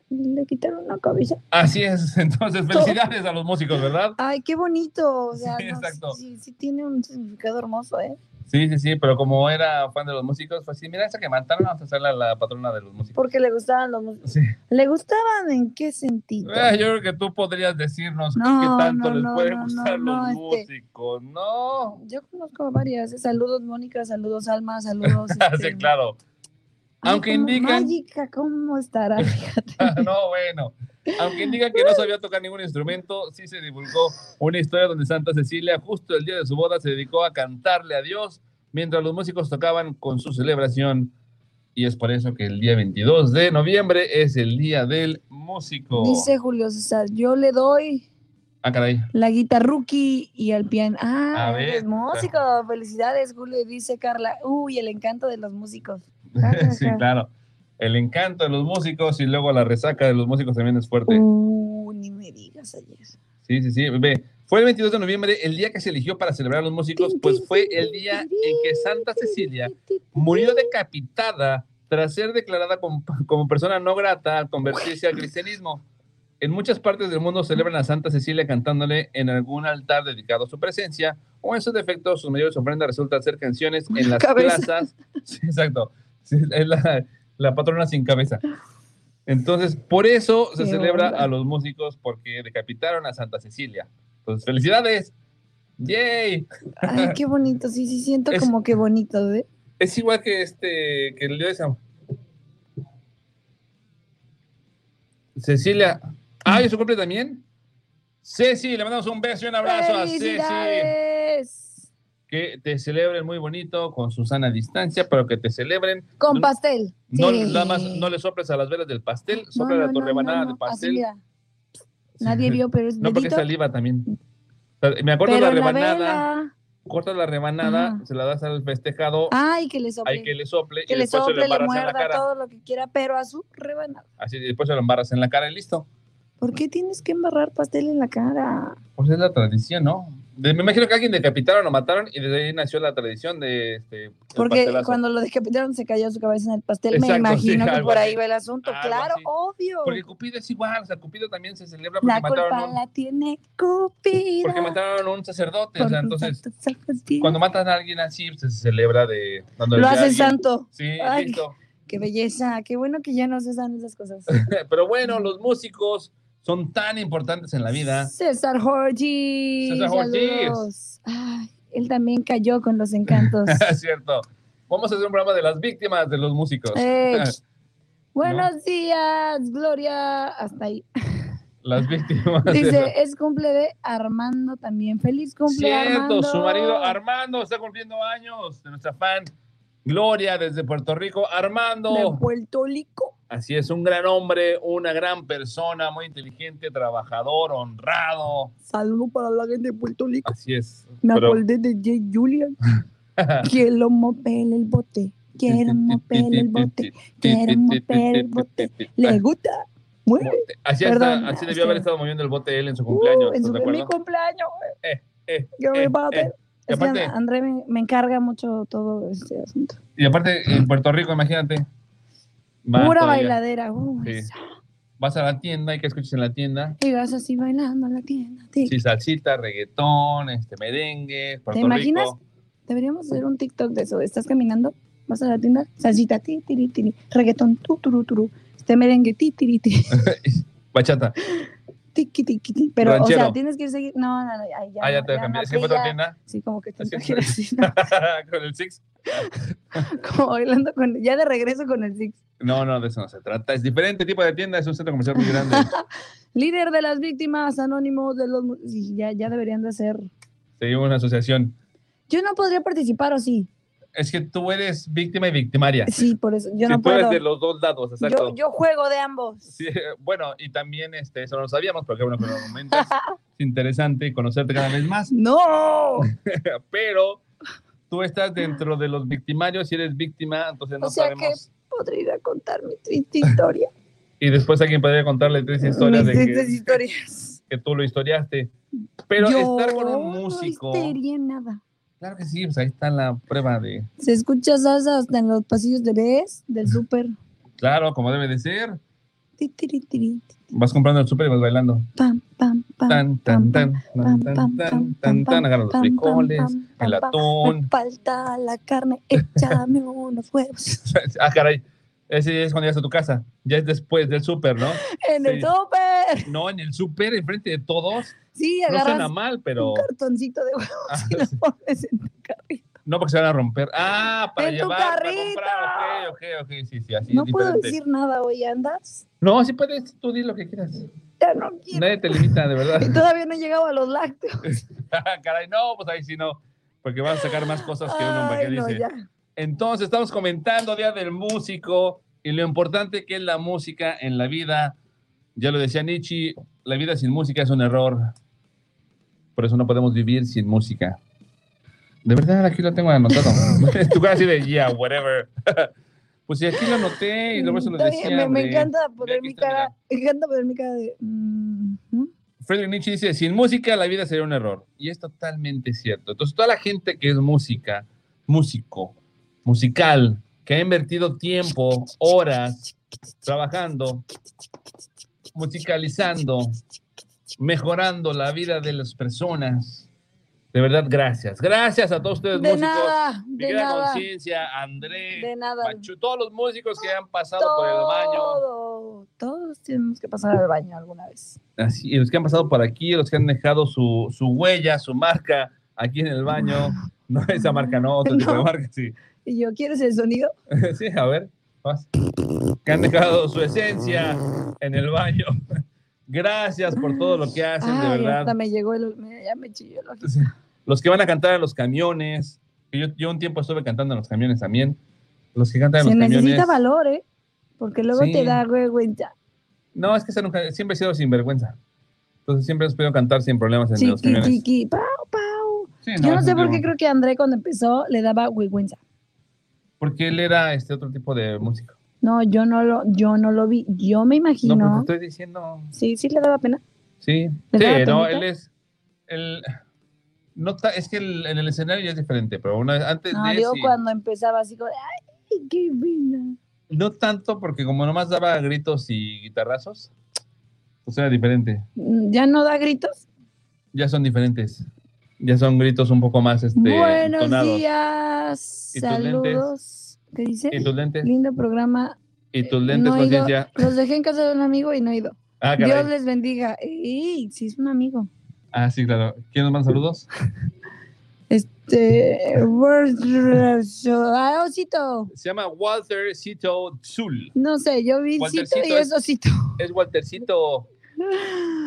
Speaker 9: Le quitaron la cabeza.
Speaker 1: Así es, *laughs* entonces felicidades a los músicos, ¿verdad?
Speaker 9: Ay, qué bonito.
Speaker 1: *laughs*
Speaker 9: O sea,
Speaker 1: Sí,
Speaker 9: no,
Speaker 1: exacto.
Speaker 9: sí, sí tiene un significado hermoso, ¿eh?
Speaker 1: Sí, sí, sí, pero como era fan de los músicos, fue así, mira esa que mataron, vamos a hacerla la patrona de los músicos.
Speaker 9: Porque le gustaban los músicos.
Speaker 1: Sí.
Speaker 9: ¿Le gustaban en qué sentido?
Speaker 1: Ah, yo creo que tú podrías decirnos
Speaker 9: No,
Speaker 1: qué tanto
Speaker 9: no,
Speaker 1: les
Speaker 9: no,
Speaker 1: pueden
Speaker 9: no,
Speaker 1: gustar
Speaker 9: no,
Speaker 1: los
Speaker 9: no, este-
Speaker 1: músicos, ¿no? *laughs*
Speaker 9: Oh, Yo conozco varias. ¿eh? Saludos, Mónica. Saludos, Alma.
Speaker 1: *laughs*
Speaker 9: Saludos.
Speaker 1: sí,
Speaker 9: este,
Speaker 1: claro.
Speaker 9: ay,
Speaker 1: Aunque
Speaker 9: como
Speaker 1: indican-
Speaker 9: Mágica, ¿cómo estará? Fíjate.
Speaker 1: *laughs* no, bueno. Aunque digan que no sabía tocar ningún instrumento, sí se divulgó una historia donde Santa Cecilia, justo el día de su boda, se dedicó a cantarle a Dios mientras los músicos tocaban con su celebración. Y es por eso que el día 22 de noviembre es el día del músico.
Speaker 9: Dice Julio César, yo le doy
Speaker 1: Ah, caray.
Speaker 9: la guitarruki y al piano.
Speaker 1: A
Speaker 9: Ah,
Speaker 1: ver.
Speaker 9: es músico. Felicidades, Julio. Y Dice Carla, uy, el encanto de los músicos.
Speaker 1: *laughs* sí, claro. El encanto de los músicos y luego la resaca de los músicos también es fuerte.
Speaker 9: Uh, ni me digas ayer.
Speaker 1: Sí, sí, sí. Ve, fue el 22 de noviembre, el día que se eligió para celebrar a los músicos, pues fue el día en que Santa Cecilia murió decapitada tras ser declarada com- como, persona no grata al convertirse al cristianismo. En muchas partes del mundo celebran a Santa Cecilia cantándole en algún altar dedicado a su presencia o en sus defectos, sus mayores ofrendas resultan ser canciones en las
Speaker 9: Cabeza.
Speaker 1: plazas. *laughs* Sí, exacto. Sí, es la, la patrona sin cabeza. Entonces, por eso se
Speaker 9: Qué
Speaker 1: celebra
Speaker 9: onda.
Speaker 1: a los músicos porque decapitaron a Santa Cecilia. Entonces, felicidades. ¡Yay!
Speaker 9: Ay, qué bonito. Sí, sí, siento
Speaker 1: Es-
Speaker 9: como que bonito, ¿eh?
Speaker 1: Es igual que este, que el día de San... Cecilia. Ah, ¿y su cumple también? Ceci, le mandamos un beso y un abrazo a Ceci.
Speaker 9: ¡Felicidades!
Speaker 1: Que te celebren muy bonito con Susana a distancia, pero que te celebren.
Speaker 9: Con
Speaker 1: No-
Speaker 9: pastel.
Speaker 1: No,
Speaker 9: Sí.
Speaker 1: nada más, no le soples a las velas del pastel,
Speaker 9: No,
Speaker 1: sopla
Speaker 9: no,
Speaker 1: a tu
Speaker 9: no,
Speaker 1: rebanada
Speaker 9: no, no.
Speaker 1: de pastel.
Speaker 9: Así, mira. Nadie vio, pero
Speaker 1: *laughs*
Speaker 9: es
Speaker 1: No, porque es
Speaker 9: dedito,
Speaker 1: saliva también. Sal- Me acuerdo
Speaker 9: pero
Speaker 1: la
Speaker 9: la
Speaker 1: rebanada.
Speaker 9: vela.
Speaker 1: cortas la rebanada,
Speaker 9: Ajá.
Speaker 1: se la das al festejado,
Speaker 9: Ay, que le sople.
Speaker 1: hay que le sople
Speaker 9: que
Speaker 1: y
Speaker 9: le
Speaker 1: después se
Speaker 9: sople,
Speaker 1: lo
Speaker 9: le
Speaker 1: embarras en la
Speaker 9: muerda
Speaker 1: cara.
Speaker 9: todo lo que quiera, pero a su rebanada.
Speaker 1: Así, después se lo embarras en la cara y listo.
Speaker 9: ¿Por qué tienes que embarrar pastel en la cara?
Speaker 1: Pues es la tradición, ¿no? De- me imagino que alguien decapitaron o mataron y desde ahí nació la tradición de este. el
Speaker 9: Porque
Speaker 1: pastelazo.
Speaker 9: cuando lo decapitaron se cayó su cabeza en el pastel.
Speaker 1: Exacto,
Speaker 9: Me
Speaker 1: sí,
Speaker 9: imagino que
Speaker 1: algo
Speaker 9: por
Speaker 1: así.
Speaker 9: ahí va el asunto.
Speaker 1: Algo
Speaker 9: Claro,
Speaker 1: así.
Speaker 9: obvio.
Speaker 1: Porque Cupido es igual, o sea, Cupido también se celebra porque
Speaker 9: la
Speaker 1: mataron, a
Speaker 9: culpa
Speaker 1: un-
Speaker 9: la tiene Cupido.
Speaker 1: porque mataron a un sacerdote.
Speaker 9: Por
Speaker 1: o sea,
Speaker 9: tus
Speaker 1: entonces,
Speaker 9: actos arrepentidos.
Speaker 1: cuando matan a alguien así, pues, se celebra de. dándole
Speaker 9: lo
Speaker 1: a
Speaker 9: hace
Speaker 1: alguien.
Speaker 9: santo.
Speaker 1: Sí,
Speaker 9: Ay.
Speaker 1: listo. *laughs*
Speaker 9: Qué belleza. Qué bueno que ya no se usan esas cosas.
Speaker 1: Pero bueno, los músicos son tan importantes en la
Speaker 9: *laughs*
Speaker 1: vida. *laughs*
Speaker 9: César Jorge.
Speaker 1: César Jorge.
Speaker 9: saludos. Ay, él también cayó con los
Speaker 1: *laughs*
Speaker 9: encantos.
Speaker 1: es cierto. Vamos a hacer un programa de las víctimas de los músicos.
Speaker 9: Eh, Buenos días, Gloria.
Speaker 1: *laughs*
Speaker 9: Hasta ahí.
Speaker 1: las víctimas. de los-
Speaker 9: Dice, es cumple de Armando también. Feliz cumple,
Speaker 1: Cierto,
Speaker 9: Armando.
Speaker 1: su marido Armando está cumpliendo años de nuestra fan Gloria desde Puerto Rico.
Speaker 9: De
Speaker 1: Armando,
Speaker 9: Puerto Rico.
Speaker 1: así es, un gran hombre, una gran persona, muy inteligente, trabajador, honrado.
Speaker 9: Saludo para la gente de Puerto Rico.
Speaker 1: Así es.
Speaker 9: Me
Speaker 1: Pero- *laughs*
Speaker 9: acordé de J. Julian. Quiero mopele el bote. Quiero mopele el bote.
Speaker 1: *laughs*
Speaker 9: Quiero mopele el bote. ¿Le gusta? Mueve.
Speaker 1: Así,
Speaker 9: Perdón,
Speaker 1: está, así
Speaker 9: es
Speaker 1: debió haber
Speaker 9: que-
Speaker 1: estado moviendo el bote él en su cumpleaños.
Speaker 9: Uh, en
Speaker 1: ¿estás
Speaker 9: su-
Speaker 1: de
Speaker 9: en mi
Speaker 1: acuerdo?
Speaker 9: cumpleaños.
Speaker 1: Eh, eh,
Speaker 9: Yo me
Speaker 1: eh,
Speaker 9: voy a
Speaker 1: eh. Y
Speaker 9: Es que
Speaker 1: aparte-
Speaker 9: André me, me encarga mucho todo este asunto.
Speaker 1: Y aparte, en Puerto Rico, imagínate. Más
Speaker 9: Pura
Speaker 1: todavía.
Speaker 9: bailadera. uh,
Speaker 1: Sí. Vas a la tienda y que escuches en la tienda.
Speaker 9: Y vas así bailando en la tienda. tic,
Speaker 1: Sí, salsita, reggaetón, este merengue, Puerto
Speaker 9: imaginas?
Speaker 1: Rico.
Speaker 9: Deberíamos hacer un TikTok de eso. Estás caminando, vas a la tienda, salsita, ti, tiri, tiri, reggaetón, tu, turu, turu, este merengue, ti, tiri, tiri.
Speaker 1: Bachata.
Speaker 9: tiqui, tiqui, tiqui. Pero,
Speaker 1: Ranchero.
Speaker 9: o sea, tienes que seguir. No, no, no. ay, ya,
Speaker 1: Ah, ya
Speaker 9: no,
Speaker 1: te lo cambié.
Speaker 9: no,
Speaker 1: Es que fue
Speaker 9: ya-
Speaker 1: otra tienda.
Speaker 9: Sí, como que te
Speaker 1: Así
Speaker 9: imagino
Speaker 1: es. *laughs*
Speaker 9: así, ¿no?
Speaker 1: Con el Six.
Speaker 9: como bailando con. Ya de regreso con el Six.
Speaker 1: No, no, de eso no se trata. Es diferente tipo de tienda, es un centro comercial muy
Speaker 9: *laughs*
Speaker 1: grande.
Speaker 9: Líder de las víctimas, anónimo de los. mu- sí, ya, ya deberían de ser.
Speaker 1: Seguimos una asociación.
Speaker 9: Yo no podría participar, ¿o sí?
Speaker 1: Es que tú eres víctima y victimaria.
Speaker 9: Sí, por eso. Yo
Speaker 1: Si
Speaker 9: no
Speaker 1: tú eres
Speaker 9: puedo.
Speaker 1: de los dos lados, exacto.
Speaker 9: Yo, yo juego de ambos.
Speaker 1: Sí, bueno, y también este, eso no lo sabíamos, pero qué bueno que lo
Speaker 9: *laughs*
Speaker 1: comentas. Es interesante conocerte cada vez más.
Speaker 9: ¡No! *laughs*
Speaker 1: Pero tú estás dentro de los victimarios y eres víctima, entonces no
Speaker 9: o sea que
Speaker 1: sabemos.
Speaker 9: podría ir a contar mi
Speaker 1: *laughs*
Speaker 9: triste historia.
Speaker 1: Y después alguien podría contarle tres historias
Speaker 9: Mis
Speaker 1: de
Speaker 9: tristes
Speaker 1: que,
Speaker 9: historias.
Speaker 1: que tú lo historiaste. Pero
Speaker 9: Yo
Speaker 1: estar con un
Speaker 9: no
Speaker 1: músico.
Speaker 9: histería nada.
Speaker 1: Claro que sí, pues ahí está la prueba de.
Speaker 9: Se escucha salsa hasta en los pasillos de BES, del súper.
Speaker 1: Claro, como debe de ser.
Speaker 9: Ti, tiri, tiri, ti,
Speaker 1: Vas comprando el súper y vas bailando.
Speaker 9: Pam, pam, pam.
Speaker 1: Tan, tan, tan, tan,
Speaker 9: pam,
Speaker 1: tan,
Speaker 9: pam,
Speaker 1: tan,
Speaker 9: pam,
Speaker 1: tan,
Speaker 9: pam,
Speaker 1: tan. Agarra los
Speaker 9: pam,
Speaker 1: frijoles,
Speaker 9: pam, pam,
Speaker 1: el
Speaker 9: pam,
Speaker 1: atún. *laughs*
Speaker 9: Me falta la carne, échame unos huevos. *laughs*
Speaker 1: Ah, caray. Ese es cuando llegas a tu casa. Ya es después del súper, ¿no?
Speaker 9: En el
Speaker 1: Sí.
Speaker 9: súper.
Speaker 1: No, en el súper, enfrente de
Speaker 9: *laughs*
Speaker 1: todos.
Speaker 9: Sí,
Speaker 1: No
Speaker 9: agarras
Speaker 1: suena mal, pero.
Speaker 9: un cartoncito de huevos *laughs*
Speaker 1: Ah, *laughs*
Speaker 9: y lo pones en tu carrito.
Speaker 1: No, porque se van a romper. Ah, para
Speaker 9: ¡En tu
Speaker 1: llevar, para
Speaker 9: carrito!
Speaker 1: comprar. Ok, ok, ok. Sí, sí, así
Speaker 9: No
Speaker 1: es
Speaker 9: puedo
Speaker 1: diferente.
Speaker 9: decir nada hoy, ¿andas?
Speaker 1: No, sí puedes. Tú di lo que quieras.
Speaker 9: Ya no quiero.
Speaker 1: Nadie te limita, de verdad. *laughs*
Speaker 9: Y *laughs* todavía no he llegado a los lácteos.
Speaker 1: Ah, Caray, no, pues ahí sí no. Porque vas a sacar más cosas que un hombre que
Speaker 9: Ay, no,
Speaker 1: dice.
Speaker 9: ya.
Speaker 1: Entonces, estamos comentando Día del Músico y lo importante que es la música en la vida. Ya lo decía Nietzsche, la vida sin música es un error. Por eso no podemos vivir sin música. De verdad, aquí lo tengo
Speaker 9: *laughs*
Speaker 1: anotado. *laughs* tu cara así de, yeah, whatever. *laughs* pues sí, aquí lo anoté y luego se "Eh, lo
Speaker 9: Está bien,
Speaker 1: decía.
Speaker 9: me, me
Speaker 1: hombre.
Speaker 9: encanta
Speaker 1: Mira,
Speaker 9: poner
Speaker 1: aquí
Speaker 9: mi
Speaker 1: está,
Speaker 9: cara, me encanta poner mi cara de... mm, ¿hmm?
Speaker 1: Friedrich Nietzsche dice, sin música la vida sería un error. Y es totalmente cierto. Entonces, toda la gente que es música, músico, musical, que ha invertido tiempo, horas, trabajando, musicalizando, mejorando la vida de las personas. De verdad, gracias. Gracias a todos ustedes,
Speaker 9: De
Speaker 1: músicos.
Speaker 9: nada,
Speaker 1: Mi
Speaker 9: de
Speaker 1: querida
Speaker 9: nada,
Speaker 1: conciencia, André,
Speaker 9: de nada.
Speaker 1: Machu, todos los músicos que han pasado por el baño.
Speaker 9: Todo, todos tenemos que pasar al baño alguna vez.
Speaker 1: Así, y los que han pasado por aquí, los que han dejado su, su huella, su marca aquí en el baño.
Speaker 9: *laughs*
Speaker 1: No, esa marca no, otro tipo de
Speaker 9: No.
Speaker 1: marca, sí. *laughs*
Speaker 9: Y yo, ¿quieres el sonido?
Speaker 1: Sí, a ver, vas. Que han dejado su esencia en el baño. *laughs* Gracias por todo lo que hacen, de
Speaker 9: Ay, hasta
Speaker 1: verdad.
Speaker 9: me llegó el... me- Ya me chilló el ojito.
Speaker 1: Los que van a cantar en los camiones. que Yo, yo un tiempo estuve cantando en los camiones también. Los que cantan en
Speaker 9: Se
Speaker 1: los camiones.
Speaker 9: necesita valor, ¿eh? Porque luego
Speaker 1: Sí.
Speaker 9: te da vergüenza.
Speaker 1: No, es que esa nunca- siempre he sido sinvergüenza. Entonces siempre he podido cantar sin problemas en los
Speaker 9: Chiqui,
Speaker 1: camiones.
Speaker 9: chiqui, pau, pau.
Speaker 1: Sí,
Speaker 9: Yo no sé por
Speaker 1: siempre-
Speaker 9: qué creo que André cuando empezó le daba vergüenza.
Speaker 1: Porque él era este otro tipo de músico.
Speaker 9: No, yo no lo, yo no lo vi. Yo me
Speaker 1: No,
Speaker 9: imagino.
Speaker 1: pero te estoy diciendo.
Speaker 9: Sí, sí le daba pena.
Speaker 1: Sí, sí,
Speaker 9: ¿Verdad,
Speaker 1: no,
Speaker 9: Toñita?
Speaker 1: él es. él- no ta- es que el- en el escenario ya es diferente, pero una vez antes
Speaker 9: No,
Speaker 1: de
Speaker 9: digo
Speaker 1: sí.
Speaker 9: Ah, cuando empezaba así como, ay, qué pena.
Speaker 1: No tanto porque como nomás daba gritos y guitarrazos, pues era diferente.
Speaker 9: Mm, ¿Ya no da gritos?
Speaker 1: Ya son diferentes. Ya son gritos un poco más este,
Speaker 9: Buenos
Speaker 1: entonados.
Speaker 9: días,
Speaker 1: ¿Y tus lentes?
Speaker 9: saludos. ¿Qué dice?
Speaker 1: Y tus lentes,
Speaker 9: Lindo programa.
Speaker 1: y tus lentes,
Speaker 9: no he ido-
Speaker 1: conciencia.
Speaker 9: Los dejé en casa de un amigo y no he ido.
Speaker 1: Ah, caray.
Speaker 9: Dios les bendiga. Ey, sí, es un amigo.
Speaker 1: Ah, sí, claro. ¿Quién nos manda saludos?
Speaker 9: Este. ah, Osito.
Speaker 1: Se llama Walter Cito Zul.
Speaker 9: No sé, yo vi
Speaker 1: Waltercito
Speaker 9: Osito y
Speaker 1: es-
Speaker 9: es Osito.
Speaker 1: Es Waltercito.
Speaker 9: *gasps*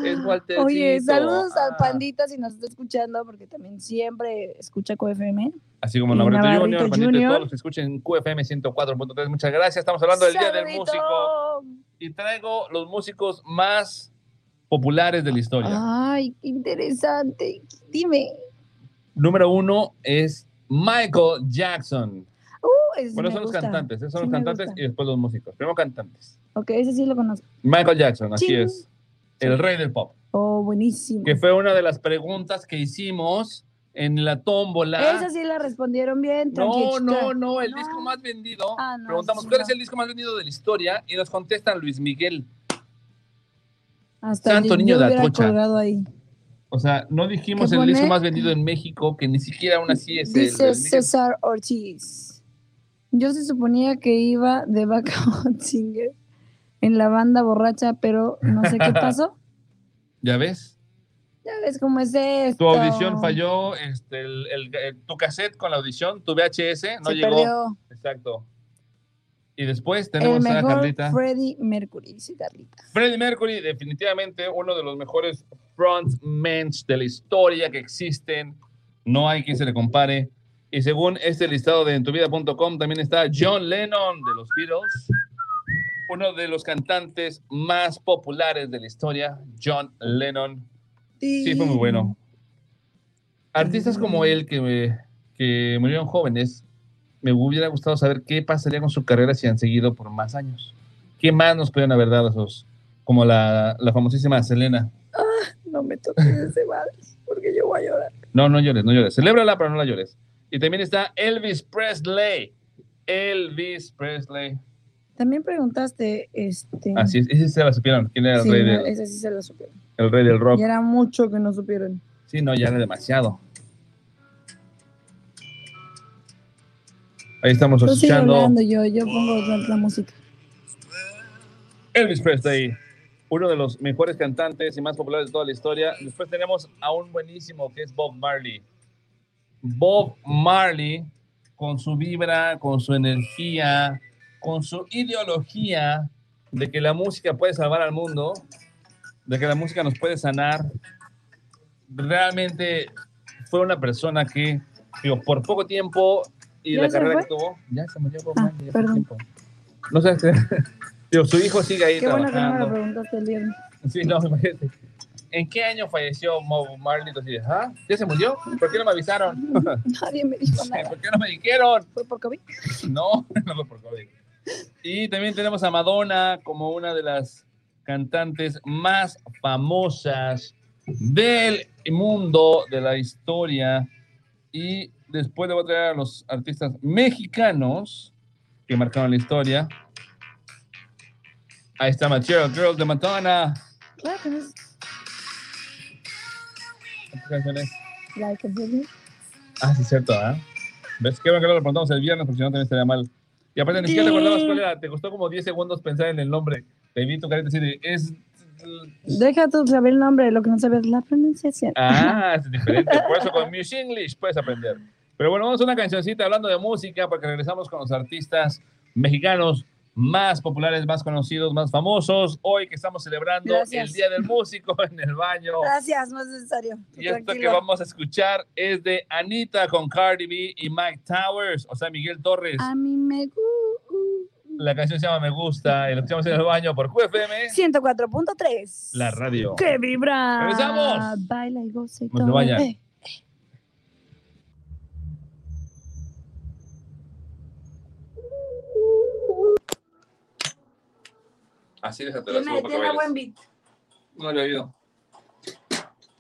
Speaker 1: Es Waltercito.
Speaker 9: Oye, saludos
Speaker 1: Ah.
Speaker 9: al Pandita si nos está escuchando, porque también siempre escucha CoFM.
Speaker 1: Así como
Speaker 9: Y
Speaker 1: Laboratorio
Speaker 9: Navarrito
Speaker 1: Junior, Juanito y
Speaker 9: Junior.
Speaker 1: todos los que escuchen QFM 104.3. Muchas gracias. Estamos hablando del Día del Músico. Y traigo los músicos más populares de la historia.
Speaker 9: Ay, qué interesante. Dime.
Speaker 1: Número uno es Michael Jackson.
Speaker 9: Pues,
Speaker 1: Bueno,
Speaker 9: me
Speaker 1: son los
Speaker 9: gusta.
Speaker 1: cantantes, ¿eh? son
Speaker 9: Sí
Speaker 1: los
Speaker 9: me
Speaker 1: cantantes
Speaker 9: gusta.
Speaker 1: y después los músicos. Primero cantantes.
Speaker 9: Ok, ese sí lo conozco.
Speaker 1: Michael Jackson, así
Speaker 9: Ching.
Speaker 1: es. El rey del pop.
Speaker 9: Oh, buenísimo.
Speaker 1: Que fue una de las preguntas que hicimos en la tómbola.
Speaker 9: Esa sí la respondieron bien.
Speaker 1: No,
Speaker 9: tranqui-
Speaker 1: no,
Speaker 9: tra-
Speaker 1: no, el
Speaker 9: No.
Speaker 1: disco más vendido.
Speaker 9: Ah, no,
Speaker 1: Preguntamos,
Speaker 9: sí,
Speaker 1: ¿cuál
Speaker 9: no.
Speaker 1: es el disco más vendido de la historia? Y nos contesta Luis Miguel.
Speaker 9: Hasta
Speaker 1: Santo
Speaker 9: yo
Speaker 1: niño de
Speaker 9: hubiera
Speaker 1: Atocha.
Speaker 9: colgado ahí.
Speaker 1: O sea, no dijimos
Speaker 9: ¿Qué
Speaker 1: el
Speaker 9: pone?
Speaker 1: disco más vendido en México, que ni siquiera aún así es el
Speaker 9: Dice
Speaker 1: del Miguel.
Speaker 9: César Ortiz. Yo se suponía que iba de
Speaker 1: *laughs*
Speaker 9: *laughs* Backhound Singer en la banda borracha, pero no sé qué pasó.
Speaker 1: ¿Ya ves?
Speaker 9: Ya ves cómo es esto.
Speaker 1: Tu audición falló, este, el- el- el- tu cassette con la audición, tu VHS no
Speaker 9: Se
Speaker 1: llegó.
Speaker 9: perdió.
Speaker 1: Exacto. Y después
Speaker 9: El
Speaker 1: tenemos a
Speaker 9: mejor
Speaker 1: Carlita.
Speaker 9: Freddie Mercury, dice Carlita.
Speaker 1: Freddie Mercury, definitivamente uno de los mejores frontmen de la historia que existen. No hay quien se le compare. Y según este listado de entuvida.com, también está John Lennon de los Beatles, uno de los cantantes más populares de la historia, John Lennon. Sí, fue muy bueno. Artistas como él que, me- que murieron jóvenes, me hubiera gustado saber qué pasaría con su carrera si han seguido por más años. ¿Qué más nos pueden haber dado esos? Como la, la famosísima Selena.
Speaker 9: No me toques ese madre, porque yo voy a llorar.
Speaker 1: No, no llores, no llores. Celébrala, pero no la llores. Y también está Elvis Presley. Elvis Presley.
Speaker 9: También preguntaste, este.
Speaker 1: Así es, ese se la supieron. ¿Quién era el,
Speaker 9: Sí,
Speaker 1: rey,
Speaker 9: no,
Speaker 1: del,
Speaker 9: ese sí se lo supieron.
Speaker 1: el rey del rock?
Speaker 9: Y era mucho que no supieron.
Speaker 1: Sí, no, ya era demasiado. Ahí estamos
Speaker 9: Yo sigo
Speaker 1: Pues escuchando.
Speaker 9: Pues hablando, yo, yo pongo la, la música.
Speaker 1: Elvis Presley, uno de los mejores cantantes y más populares de toda la historia. Después tenemos a un buenísimo que es Bob Marley. Bob Marley, con su vibra, con su energía, con su ideología de que la música puede salvar al mundo, de que la música nos puede sanar. Realmente fue una persona que, digo, por poco tiempo y
Speaker 9: ¿Ya
Speaker 1: la
Speaker 9: se
Speaker 1: carrera
Speaker 9: fue?
Speaker 1: que tuvo, ya se murió Bob
Speaker 9: Ah,
Speaker 1: Marley, ya fue
Speaker 9: perdón.
Speaker 1: tiempo. No sé, digo, su hijo sigue ahí
Speaker 9: Qué bueno que no me lo
Speaker 1: trabajando.
Speaker 9: preguntaste el viernes.
Speaker 1: *laughs* Sí, no, imagínate. ¿En qué año falleció Bob Marley? Entonces, ¿ah? ¿Ya se murió? ¿Por qué no me avisaron?
Speaker 9: *laughs*
Speaker 1: *laughs*
Speaker 9: Nadie me dijo nada.
Speaker 1: ¿Por qué no me dijeron?
Speaker 9: Fue por COVID.
Speaker 1: No, *laughs* no fue por COVID. Y también tenemos a Madonna como una de las cantantes más famosas del mundo, de la historia. Y después le voy a traer a los artistas mexicanos que marcaron la historia. Ahí está Material Girl de Madonna.
Speaker 9: Claro que no es
Speaker 1: ¿Cuántas canciones?
Speaker 9: like a baby.
Speaker 1: Ah, sí, cierto, ¿eh? ¿Ves? Qué bueno que no lo preguntamos el viernes, porque si no también estaría mal. Y aparte, ni siquiera te acordabas cuál era. Te costó como 10 segundos pensar en el nombre. Te vi tu carita así de, es...
Speaker 9: Deja tú saber el nombre, lo que no sabes, la pronunciación.
Speaker 1: Ah, es diferente. Por eso con Miss English puedes aprender. Pero bueno, vamos a una cancioncita hablando de música, porque regresamos con los artistas mexicanos más populares, más conocidos, más famosos. Hoy que estamos celebrando
Speaker 9: Gracias.
Speaker 1: el Día del Músico *laughs* en el baño.
Speaker 9: Gracias, no es necesario. Tú
Speaker 1: Y esto que
Speaker 9: tranquilo.
Speaker 1: vamos a escuchar es de Anita con Cardi B y Mike Towers, o sea, Miguel Torres.
Speaker 9: A mí me gusta.
Speaker 1: La canción se llama Me Gusta y lo escuchamos en el baño por QFM,
Speaker 9: 104.3.
Speaker 1: la radio.
Speaker 9: ¡Qué vibra!
Speaker 1: Regresamos.
Speaker 9: Baila y goza y
Speaker 1: No se
Speaker 9: todo.
Speaker 1: vayan.
Speaker 9: Eh.
Speaker 13: Así déjate la
Speaker 2: Tiene,
Speaker 13: subo para que
Speaker 2: tiene buen
Speaker 13: bailes.
Speaker 2: beat.
Speaker 13: No lo he oído.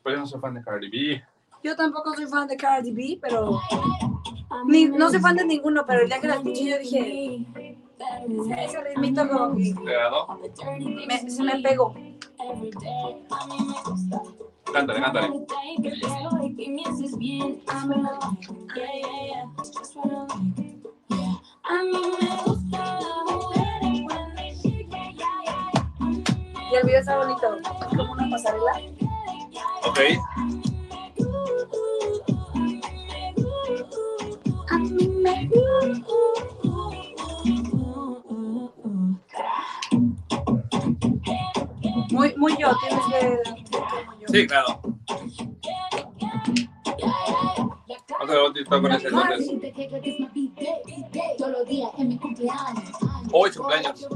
Speaker 13: Pero yo no soy fan de Cardi B.
Speaker 2: Yo tampoco soy fan de Cardi B, pero. Ni- no soy fan de ninguno, pero el día que la escuché yo dije. Ese ritmito como que
Speaker 13: ¿Te agradó?
Speaker 2: me- se me pegó.
Speaker 13: Cántale, cántale.
Speaker 2: Y el video está bonito. Es como una pasarela.
Speaker 13: Ok.
Speaker 2: Muy, muy yo, tienes que. como yo.
Speaker 13: Sí, claro. Vamos a ver un TikTok con ese entonces. Hoy es cumpleaños.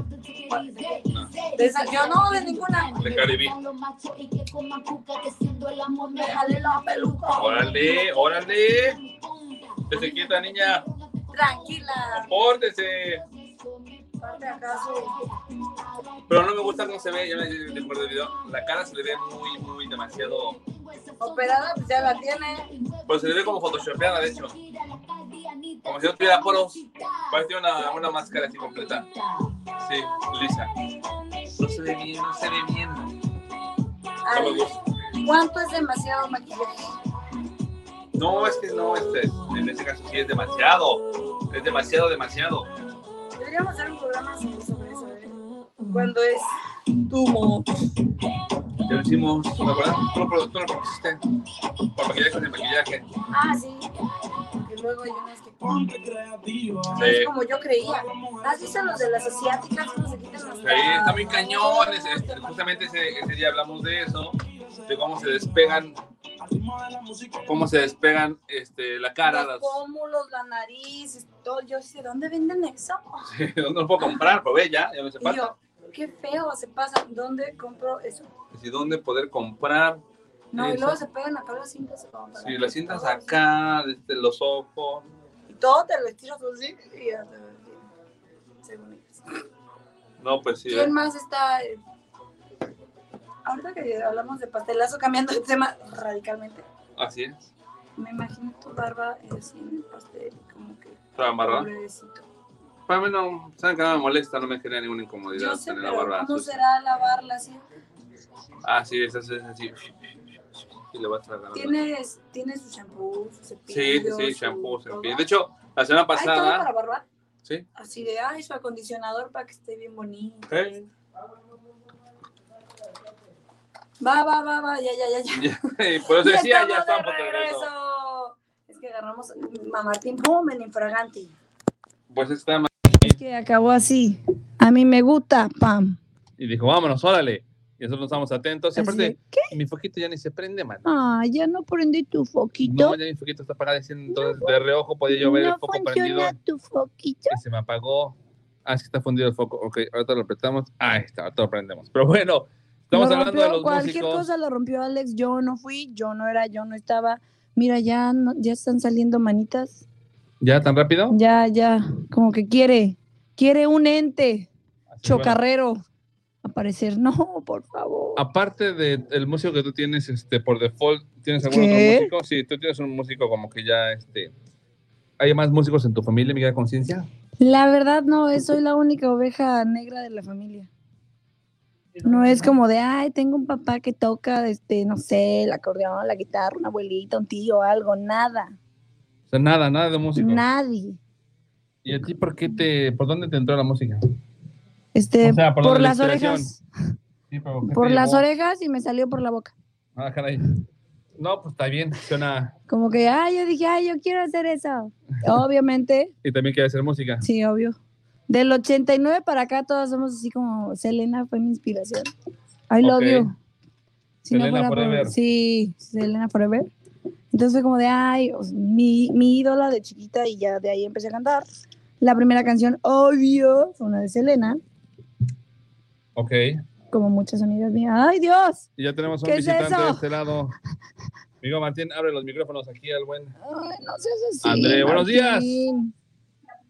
Speaker 2: De esa- yo no, de ninguna.
Speaker 13: De Cardi B.
Speaker 2: Me jalé la peluca.
Speaker 13: Órale, órale. Desde quieta, niña.
Speaker 2: Tranquila.
Speaker 13: Compórtese.
Speaker 2: Parte acaso.
Speaker 13: Pero no me gusta cómo se ve. Ya me recuerdo el video. La cara se le ve muy, muy demasiado.
Speaker 2: Operada, pues ya la tiene.
Speaker 13: Pues se le ve como photoshopeada, de hecho. Como si no tuviera poros. Parece una, una máscara así completa. Sí, lisa. No se ve bien, no se ve bien. No me
Speaker 2: Ay,
Speaker 13: gusta.
Speaker 2: ¿Cuánto es demasiado maquillaje?
Speaker 13: No, es que no, este, en este caso sí es demasiado. Es demasiado, demasiado.
Speaker 2: Deberíamos hacer un programa sobre sobre eso. ¿eh? Cuando es tumo.
Speaker 13: Ya lo hicimos, ¿te acuerdas? Tú lo produ- tú lo propusiste. Por maquillaje de maquillaje.
Speaker 2: Ah, sí. Que luego hay unas que
Speaker 13: Sí.
Speaker 2: es como yo creía. ¿Has visto los de las asiáticas cómo se quitan los
Speaker 13: Sí, está bien cañones. este, Justamente ese, ese día hablamos de eso, de cómo se despegan, cómo se despegan este, la cara.
Speaker 2: los
Speaker 13: Las, *laughs*
Speaker 2: pómulos, la nariz, todo. Yo sé, ¿dónde venden eso?
Speaker 13: Sí, ¿Dónde lo puedo comprar? Probé ya, ya me hace
Speaker 2: Y
Speaker 13: falta.
Speaker 2: yo, qué feo se pasa. ¿Dónde compro eso?
Speaker 13: Sí, ¿Dónde poder comprar?
Speaker 2: No, y
Speaker 13: Eso.
Speaker 2: luego se pegan acá las cintas.
Speaker 13: Si las cintas acá, este, los ojos.
Speaker 2: Y todo te lo estiras así y ya te lo Según ellos.
Speaker 13: No, pues sí.
Speaker 2: ¿Quién más está? eh? Ahorita que hablamos de pastelazo, cambiando de tema radicalmente,
Speaker 13: Así es.
Speaker 2: me imagino tu barba así en el pastel, como que
Speaker 13: ¿Está embarrada?
Speaker 2: pobrecito.
Speaker 13: Para mí no, saben que no me molesta, no me genera ninguna incomodidad
Speaker 2: Yo sé,
Speaker 13: tener la
Speaker 2: pero
Speaker 13: barba
Speaker 2: ¿cómo
Speaker 13: sucia.
Speaker 2: será lavarla así?
Speaker 13: Ah, sí, es así, es así. Y le va a tragar.
Speaker 2: ¿Tienes, tiene su shampoo, su
Speaker 13: Sí, sí,
Speaker 2: cepillo?
Speaker 13: sí,
Speaker 2: su
Speaker 13: shampoo,
Speaker 2: todo?
Speaker 13: cepillo. De hecho, la semana
Speaker 2: ¿Hay todo
Speaker 13: pasada.
Speaker 2: para barba?
Speaker 13: Sí. *laughs*
Speaker 2: Así de, ay, su acondicionador para que esté bien bonito.
Speaker 13: Eh,
Speaker 2: Va, va, va, va, ya, ya, ya, ya.
Speaker 13: ya, y por eso
Speaker 2: Y
Speaker 13: decía, ya
Speaker 2: estamos
Speaker 13: estamos de regreso.
Speaker 2: Es que agarramos a Martín, pum, en infraganti.
Speaker 13: Pues está ma-
Speaker 9: Es que acabó así. A mí me gusta, pam.
Speaker 1: Y dijo, vámonos, órale. Y nosotros estamos atentos. Y
Speaker 9: Así
Speaker 1: aparte,
Speaker 9: de, ¿Qué?
Speaker 1: mi foquito ya ni se prende, man.
Speaker 9: Ah, ya no prende tu foquito.
Speaker 1: No, ya mi foquito está apagado. Entonces, de reojo podía yo ver el
Speaker 9: no
Speaker 1: foco prendido.
Speaker 9: funciona tu foquito.
Speaker 1: que se me apagó. Ah, es que está fundido el foco. Ok, ahorita lo apretamos. Ah, ahí está, ahorita lo prendemos. Pero bueno, estamos
Speaker 9: Lo
Speaker 1: hablando de
Speaker 9: rompió,
Speaker 1: los
Speaker 9: cualquier
Speaker 1: músicos.
Speaker 9: cosa lo rompió Alex. Yo no fui, yo no era, yo no estaba. Mira, ya, no- ya están saliendo manitas.
Speaker 1: ¿Ya tan rápido?
Speaker 9: Ya, ya, como que quiere, quiere un ente
Speaker 1: Así, bueno.
Speaker 9: chocarrero aparecer. No, por favor.
Speaker 1: Aparte del músico que tú tienes este, por default, ¿tienes algún otro
Speaker 9: ¿Qué?
Speaker 1: músico? Sí, tú tienes un músico como que ya, este... ¿Hay más músicos en tu familia, Miguel Conciencia?
Speaker 9: La verdad no, eh, soy la única oveja negra de la familia. No es como de, ay, tengo un papá que toca, este, no sé, el acordeón, la guitarra, una abuelita, un tío, algo, nada,
Speaker 1: O sea, nada, nada de músico.
Speaker 9: nadie.
Speaker 1: ¿Y a ti por qué te... por dónde te entró la música?
Speaker 9: Este,
Speaker 1: O sea, por
Speaker 9: por,
Speaker 1: donde la
Speaker 9: las
Speaker 1: inspiración.
Speaker 9: orejas,
Speaker 1: Sí, pero ¿qué te
Speaker 9: por las
Speaker 1: llevó?
Speaker 9: orejas y me salió por la boca.
Speaker 1: Ah, caray. No, pues está bien, suena...
Speaker 9: Como que, ay, yo dije, ay, yo quiero
Speaker 1: *laughs*
Speaker 9: hacer eso. Obviamente,
Speaker 1: Y también quiere hacer música.
Speaker 9: sí, obvio. Del 89 para acá todas somos así como, Selena fue mi inspiración. I love
Speaker 1: Ok.
Speaker 9: you.
Speaker 1: Selena
Speaker 9: fuera por-
Speaker 1: Forever.
Speaker 9: sí, Selena Forever. Entonces fue como de, ay, o sea, mi, mi ídola de chiquita y ya de ahí empecé a cantar. La primera canción, obvio, fue una de Selena,
Speaker 1: Ok.
Speaker 9: como muchas amigas mías. ¡Ay, Dios!
Speaker 1: Y ya tenemos un
Speaker 9: ¿Qué es
Speaker 1: visitante
Speaker 9: eso?
Speaker 1: de este lado. Amigo Martín, abre los micrófonos aquí al buen.
Speaker 9: Ay, no seas así.
Speaker 1: André, buenos días.
Speaker 9: Martín.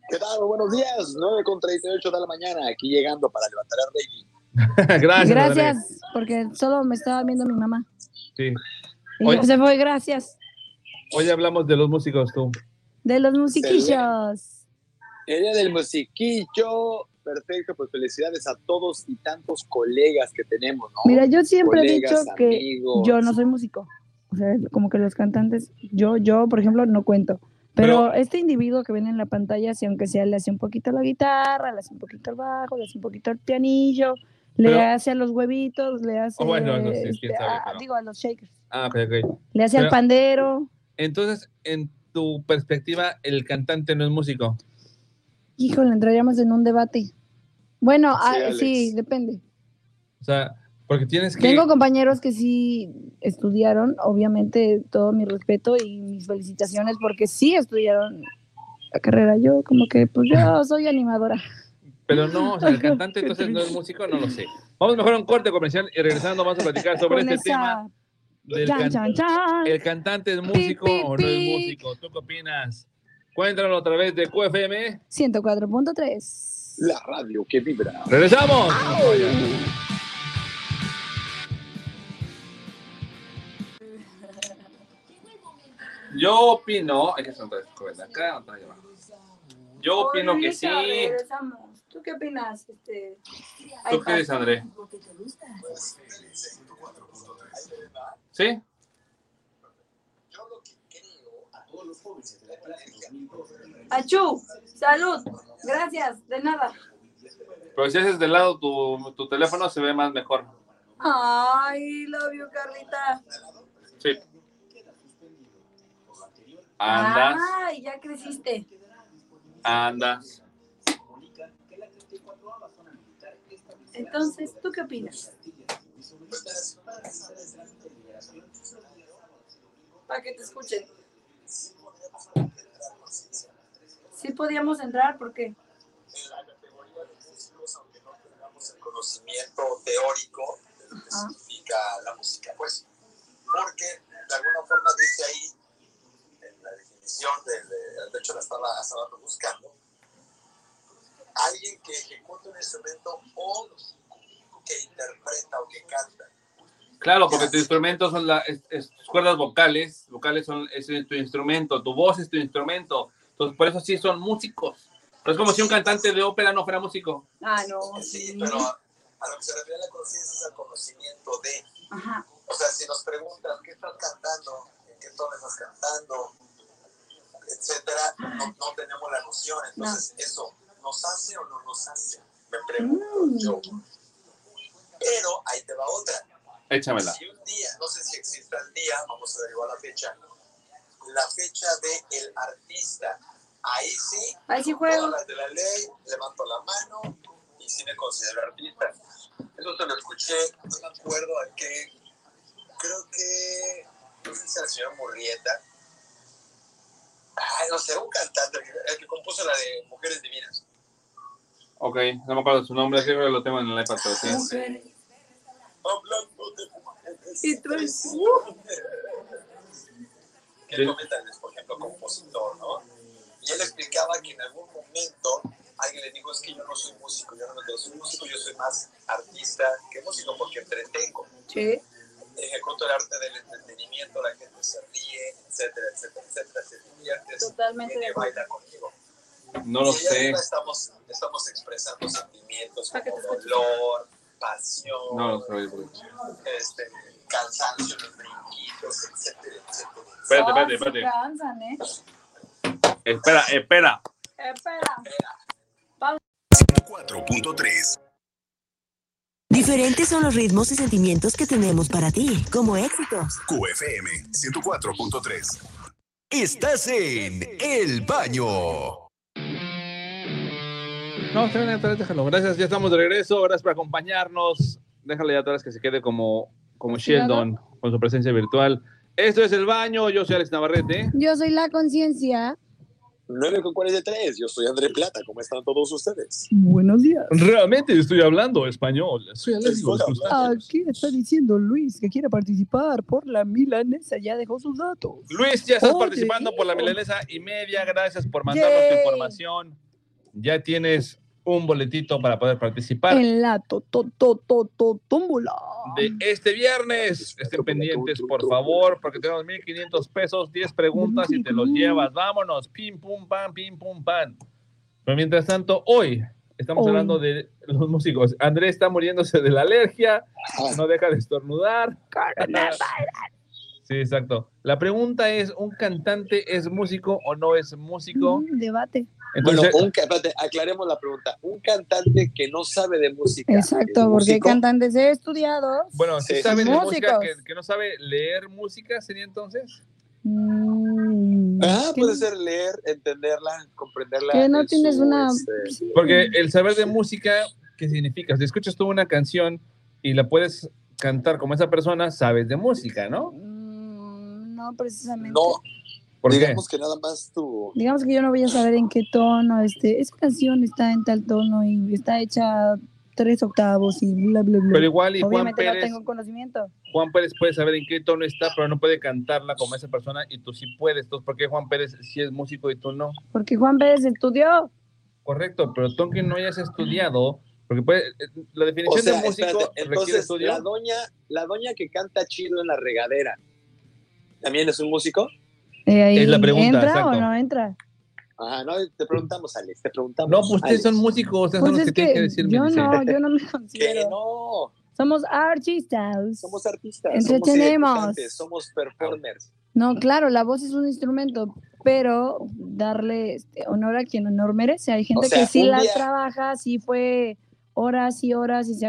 Speaker 14: ¿Qué tal? Muy Buenos días, 9 con 38 de la mañana, aquí llegando para levantar el
Speaker 1: *laughs*
Speaker 14: rating.
Speaker 1: gracias.
Speaker 9: Gracias,
Speaker 1: Andrés.
Speaker 9: porque solo me estaba viendo mi mamá.
Speaker 1: Sí.
Speaker 9: Y
Speaker 1: Oye.
Speaker 9: se fue, gracias.
Speaker 1: Hoy hablamos de los músicos, tú.
Speaker 9: De los musiquillos.
Speaker 14: El día del musiquillo, perfecto, pues felicidades a todos y tantos colegas que tenemos, ¿no?
Speaker 9: Mira, yo siempre he dicho
Speaker 14: Colegas,
Speaker 9: que
Speaker 14: amigos.
Speaker 9: yo no soy músico. O sea, como que los cantantes, yo, yo, por ejemplo, no cuento. Pero, este individuo que ven en la pantalla, si aunque sea, le hace un poquito la guitarra, le hace un poquito el bajo, le hace un poquito el pianillo, le
Speaker 1: Pero-
Speaker 9: hace a los huevitos, le hace. este,
Speaker 1: Oh, bueno, no, sí, quién sabe,
Speaker 9: a-
Speaker 1: pero-
Speaker 9: Digo, a los shakers.
Speaker 1: Ah, ok, ok.
Speaker 9: Le hace al
Speaker 1: Pero-
Speaker 9: pandero.
Speaker 1: Entonces, en tu perspectiva, el cantante no es músico.
Speaker 9: Híjole, entraríamos en un debate. Bueno, ah,
Speaker 14: Alex.
Speaker 9: sí, depende.
Speaker 1: O sea, porque tienes que.
Speaker 9: Tengo compañeros que sí estudiaron, obviamente todo mi respeto y mis felicitaciones porque sí estudiaron la carrera. Yo como que, pues
Speaker 1: *laughs*
Speaker 9: yo soy animadora.
Speaker 1: Pero no, o sea, el
Speaker 9: *laughs*
Speaker 1: cantante entonces no es músico, no lo sé. Vamos mejor a un corte comercial y regresando vamos a platicar sobre
Speaker 9: Con
Speaker 1: este tema.
Speaker 9: esa...
Speaker 1: del
Speaker 9: chan,
Speaker 1: can-
Speaker 9: chan, chan.
Speaker 1: ¿El cantante es músico
Speaker 9: Pi, pi,
Speaker 1: o no es
Speaker 9: pi.
Speaker 1: músico? ¿Tú qué opinas? Cuéntanos a través de QFM.
Speaker 9: 104.3.
Speaker 14: La radio que vibra.
Speaker 1: ¡Regresamos! No se vayan.
Speaker 13: Yo opino. Hay que hacer otra vez, correcto, acá, otra vez abajo. Yo opino que sí.
Speaker 2: Regresamos. ¿Tú qué opinas? Este, ay,
Speaker 13: ¿Tú qué dices, André? ¿Sí?
Speaker 2: Achú, salud. Gracias, de nada.
Speaker 13: Pero si haces de lado tu, tu teléfono, se ve más mejor.
Speaker 2: Ay, lo vio Carlita.
Speaker 15: Sí. Andas,
Speaker 2: Ay, ya creciste.
Speaker 15: andas.
Speaker 2: Entonces, ¿tú qué opinas? Para que te escuchen. Sí podíamos entrar, ¿por qué?
Speaker 14: el conocimiento teórico de lo que
Speaker 2: Ajá.
Speaker 14: significa la música, pues, porque de alguna forma dice ahí, en la definición, del, de, de hecho la estaba, estaba buscando, alguien que ejecuta un instrumento o que interpreta o que canta.
Speaker 15: Claro, porque tu instrumento son las cuerdas vocales. Vocales son es tu instrumento, tu voz es tu instrumento. Entonces, por eso sí son músicos. Pero es como si un cantante de ópera no fuera músico.
Speaker 2: Ah, no.
Speaker 14: Sí, pero a lo que se refiere la conciencia es al conocimiento de.
Speaker 2: Ajá.
Speaker 14: O sea, si nos preguntan qué estás cantando, en qué tono estás cantando, etcétera, no, no tenemos la noción. Entonces, eso nos hace o no nos hace, me pregunto yo. Pero ahí te va otra.
Speaker 15: Échamela.
Speaker 14: Si un día, no sé si exista el día, vamos a averiguar la fecha, la fecha de el artista. Ahí sí,
Speaker 2: Ahí sí
Speaker 14: todas
Speaker 2: juego.
Speaker 14: las de la ley, levanto la mano y sí me considero artista. Eso te lo escuché, no me acuerdo a qué, creo que, no sé si al señor Murrieta, ay, no sé, un cantante, el que- el que compuso la de Mujeres Divinas.
Speaker 15: Ok, no me acuerdo su nombre, creo que lo tengo en el iPad, pero sí.
Speaker 14: Hablando de mujeres.
Speaker 2: Y tú eres-
Speaker 14: que comentan, por ejemplo, compositor, ¿no? Y él explicaba que en algún momento alguien le dijo, es que yo no soy músico, yo no me soy músico, yo soy más artista que músico porque entretengo,
Speaker 2: Sí.
Speaker 14: ejecuto el arte del entretenimiento, la gente se ríe, etcétera, etcétera, etcétera, se divierte, se
Speaker 2: Totalmente de
Speaker 14: viene,
Speaker 2: acuerdo.
Speaker 14: baila conmigo.
Speaker 15: No lo
Speaker 14: y ahí
Speaker 15: sé.
Speaker 14: arriba Estamos, estamos expresando sentimientos
Speaker 2: Para que
Speaker 14: como
Speaker 2: te escuche.
Speaker 14: dolor, pasión,
Speaker 15: No lo sé. güey.
Speaker 14: este, cansancio, los brinquitos, etcétera, etcétera.
Speaker 15: Espérate,
Speaker 2: Ah,
Speaker 15: espérate,
Speaker 2: se
Speaker 15: espérate.
Speaker 2: cansan, ¿eh?
Speaker 15: Espera, espera.
Speaker 2: Espera.
Speaker 4: 4.3.
Speaker 6: Diferentes son los ritmos y sentimientos que tenemos para ti, como éxitos.
Speaker 4: QFM 104.3. Estás en El Baño.
Speaker 1: No, se ven atrás, déjalo. Gracias, ya estamos de regreso. Gracias por acompañarnos. Déjale ya atrás que se quede como, como Sheldon con su presencia virtual. Esto es el baño. Yo soy Alex Navarrete.
Speaker 9: Yo soy la conciencia.
Speaker 16: 9.43, yo soy André Plata, ¿cómo están todos ustedes?
Speaker 9: Buenos días.
Speaker 1: Realmente estoy hablando español. Soy alérgico a las crustáceos.
Speaker 9: Aquí está diciendo Luis que quiere participar por la milanesa. Ya dejó sus datos.
Speaker 1: Luis, ya estás
Speaker 9: Oye,
Speaker 1: participando por la
Speaker 9: hijo.
Speaker 1: milanesa y media. Gracias por mandarnos tu
Speaker 9: Yay.
Speaker 1: información. Ya tienes un boletito para poder participar.
Speaker 9: En la to, to, to, to, to- tómbola.
Speaker 1: de este viernes. Estén pendientes, por favor, porque tenemos 1500 pesos, 10 preguntas y te los llevas. Vámonos, pim, pum, pam, pim, pum, pam. Pero mientras tanto, hoy estamos
Speaker 9: Hoy.
Speaker 1: hablando de los músicos. Andrés está muriéndose de la alergia,
Speaker 16: Ah.
Speaker 1: no deja de estornudar. Sí, exacto. La pregunta es, ¿un cantante es músico o no es músico?
Speaker 9: Mm, debate.
Speaker 1: Entonces,
Speaker 16: bueno, un, ca- espérate, aclaremos la pregunta. Un cantante que no sabe de música.
Speaker 9: Exacto, porque hay
Speaker 16: músico?
Speaker 9: cantantes estudiados.
Speaker 1: bueno, si
Speaker 16: Sí.
Speaker 1: sabe de música,
Speaker 9: Músicos.
Speaker 1: que, que no sabe leer música, sería entonces.
Speaker 9: Mm,
Speaker 16: Ah,
Speaker 9: que-
Speaker 16: puede ser leer, entenderla, comprenderla.
Speaker 9: Que no
Speaker 16: en
Speaker 9: tienes
Speaker 16: su,
Speaker 9: una.
Speaker 16: este,
Speaker 9: Sí.
Speaker 1: Porque el saber de música, ¿qué significa? Si escuchas tú una canción y la puedes cantar como esa persona, sabes de música, ¿no?
Speaker 9: Mm, No, precisamente.
Speaker 16: No,
Speaker 1: ¿Por qué?
Speaker 16: digamos que nada más tu
Speaker 9: Digamos que yo no voy a saber en qué tono. Este, esa canción está en tal tono y está hecha tres octavos y bla, bla, bla.
Speaker 1: Pero igual y Juan
Speaker 9: Obviamente no
Speaker 1: Pérez,
Speaker 9: tengo conocimiento.
Speaker 1: Juan Pérez puede saber en qué tono está, pero no puede cantarla como esa persona y tú sí puedes. Entonces, ¿por qué Juan Pérez sí es músico y tú no?
Speaker 9: Porque Juan Pérez estudió.
Speaker 1: Correcto, pero tú que no hayas estudiado, porque puede- eh, la
Speaker 16: O
Speaker 1: definición
Speaker 16: sea,
Speaker 1: de músico
Speaker 16: espérate,
Speaker 1: requiere
Speaker 16: entonces
Speaker 1: estudio.
Speaker 16: la doña, la doña que canta chido en la regadera, ¿también es un músico?
Speaker 9: Eh, ahí
Speaker 1: Es la pregunta,
Speaker 9: ¿Entra
Speaker 1: exacto.
Speaker 9: o no entra?
Speaker 16: Ajá, no, te preguntamos, Alex, te preguntamos.
Speaker 1: No, pues ustedes
Speaker 16: Alex.
Speaker 1: son músicos, ustedes
Speaker 9: Pues
Speaker 1: son los que,
Speaker 9: es que,
Speaker 1: tienen que decirme.
Speaker 9: yo
Speaker 1: dice.
Speaker 9: no, yo
Speaker 16: *laughs*
Speaker 9: no me
Speaker 16: Que
Speaker 9: considero.
Speaker 16: no,
Speaker 9: Somos artistas.
Speaker 16: somos artistas,
Speaker 9: Entretenemos.
Speaker 16: somos ejecutantes, somos performers.
Speaker 9: No, claro, la voz es un instrumento, pero darle este, honor a quien honor merece. Hay gente
Speaker 16: O sea,
Speaker 9: que sí
Speaker 16: un
Speaker 9: la
Speaker 16: día-
Speaker 9: trabaja, sí fue horas y horas y se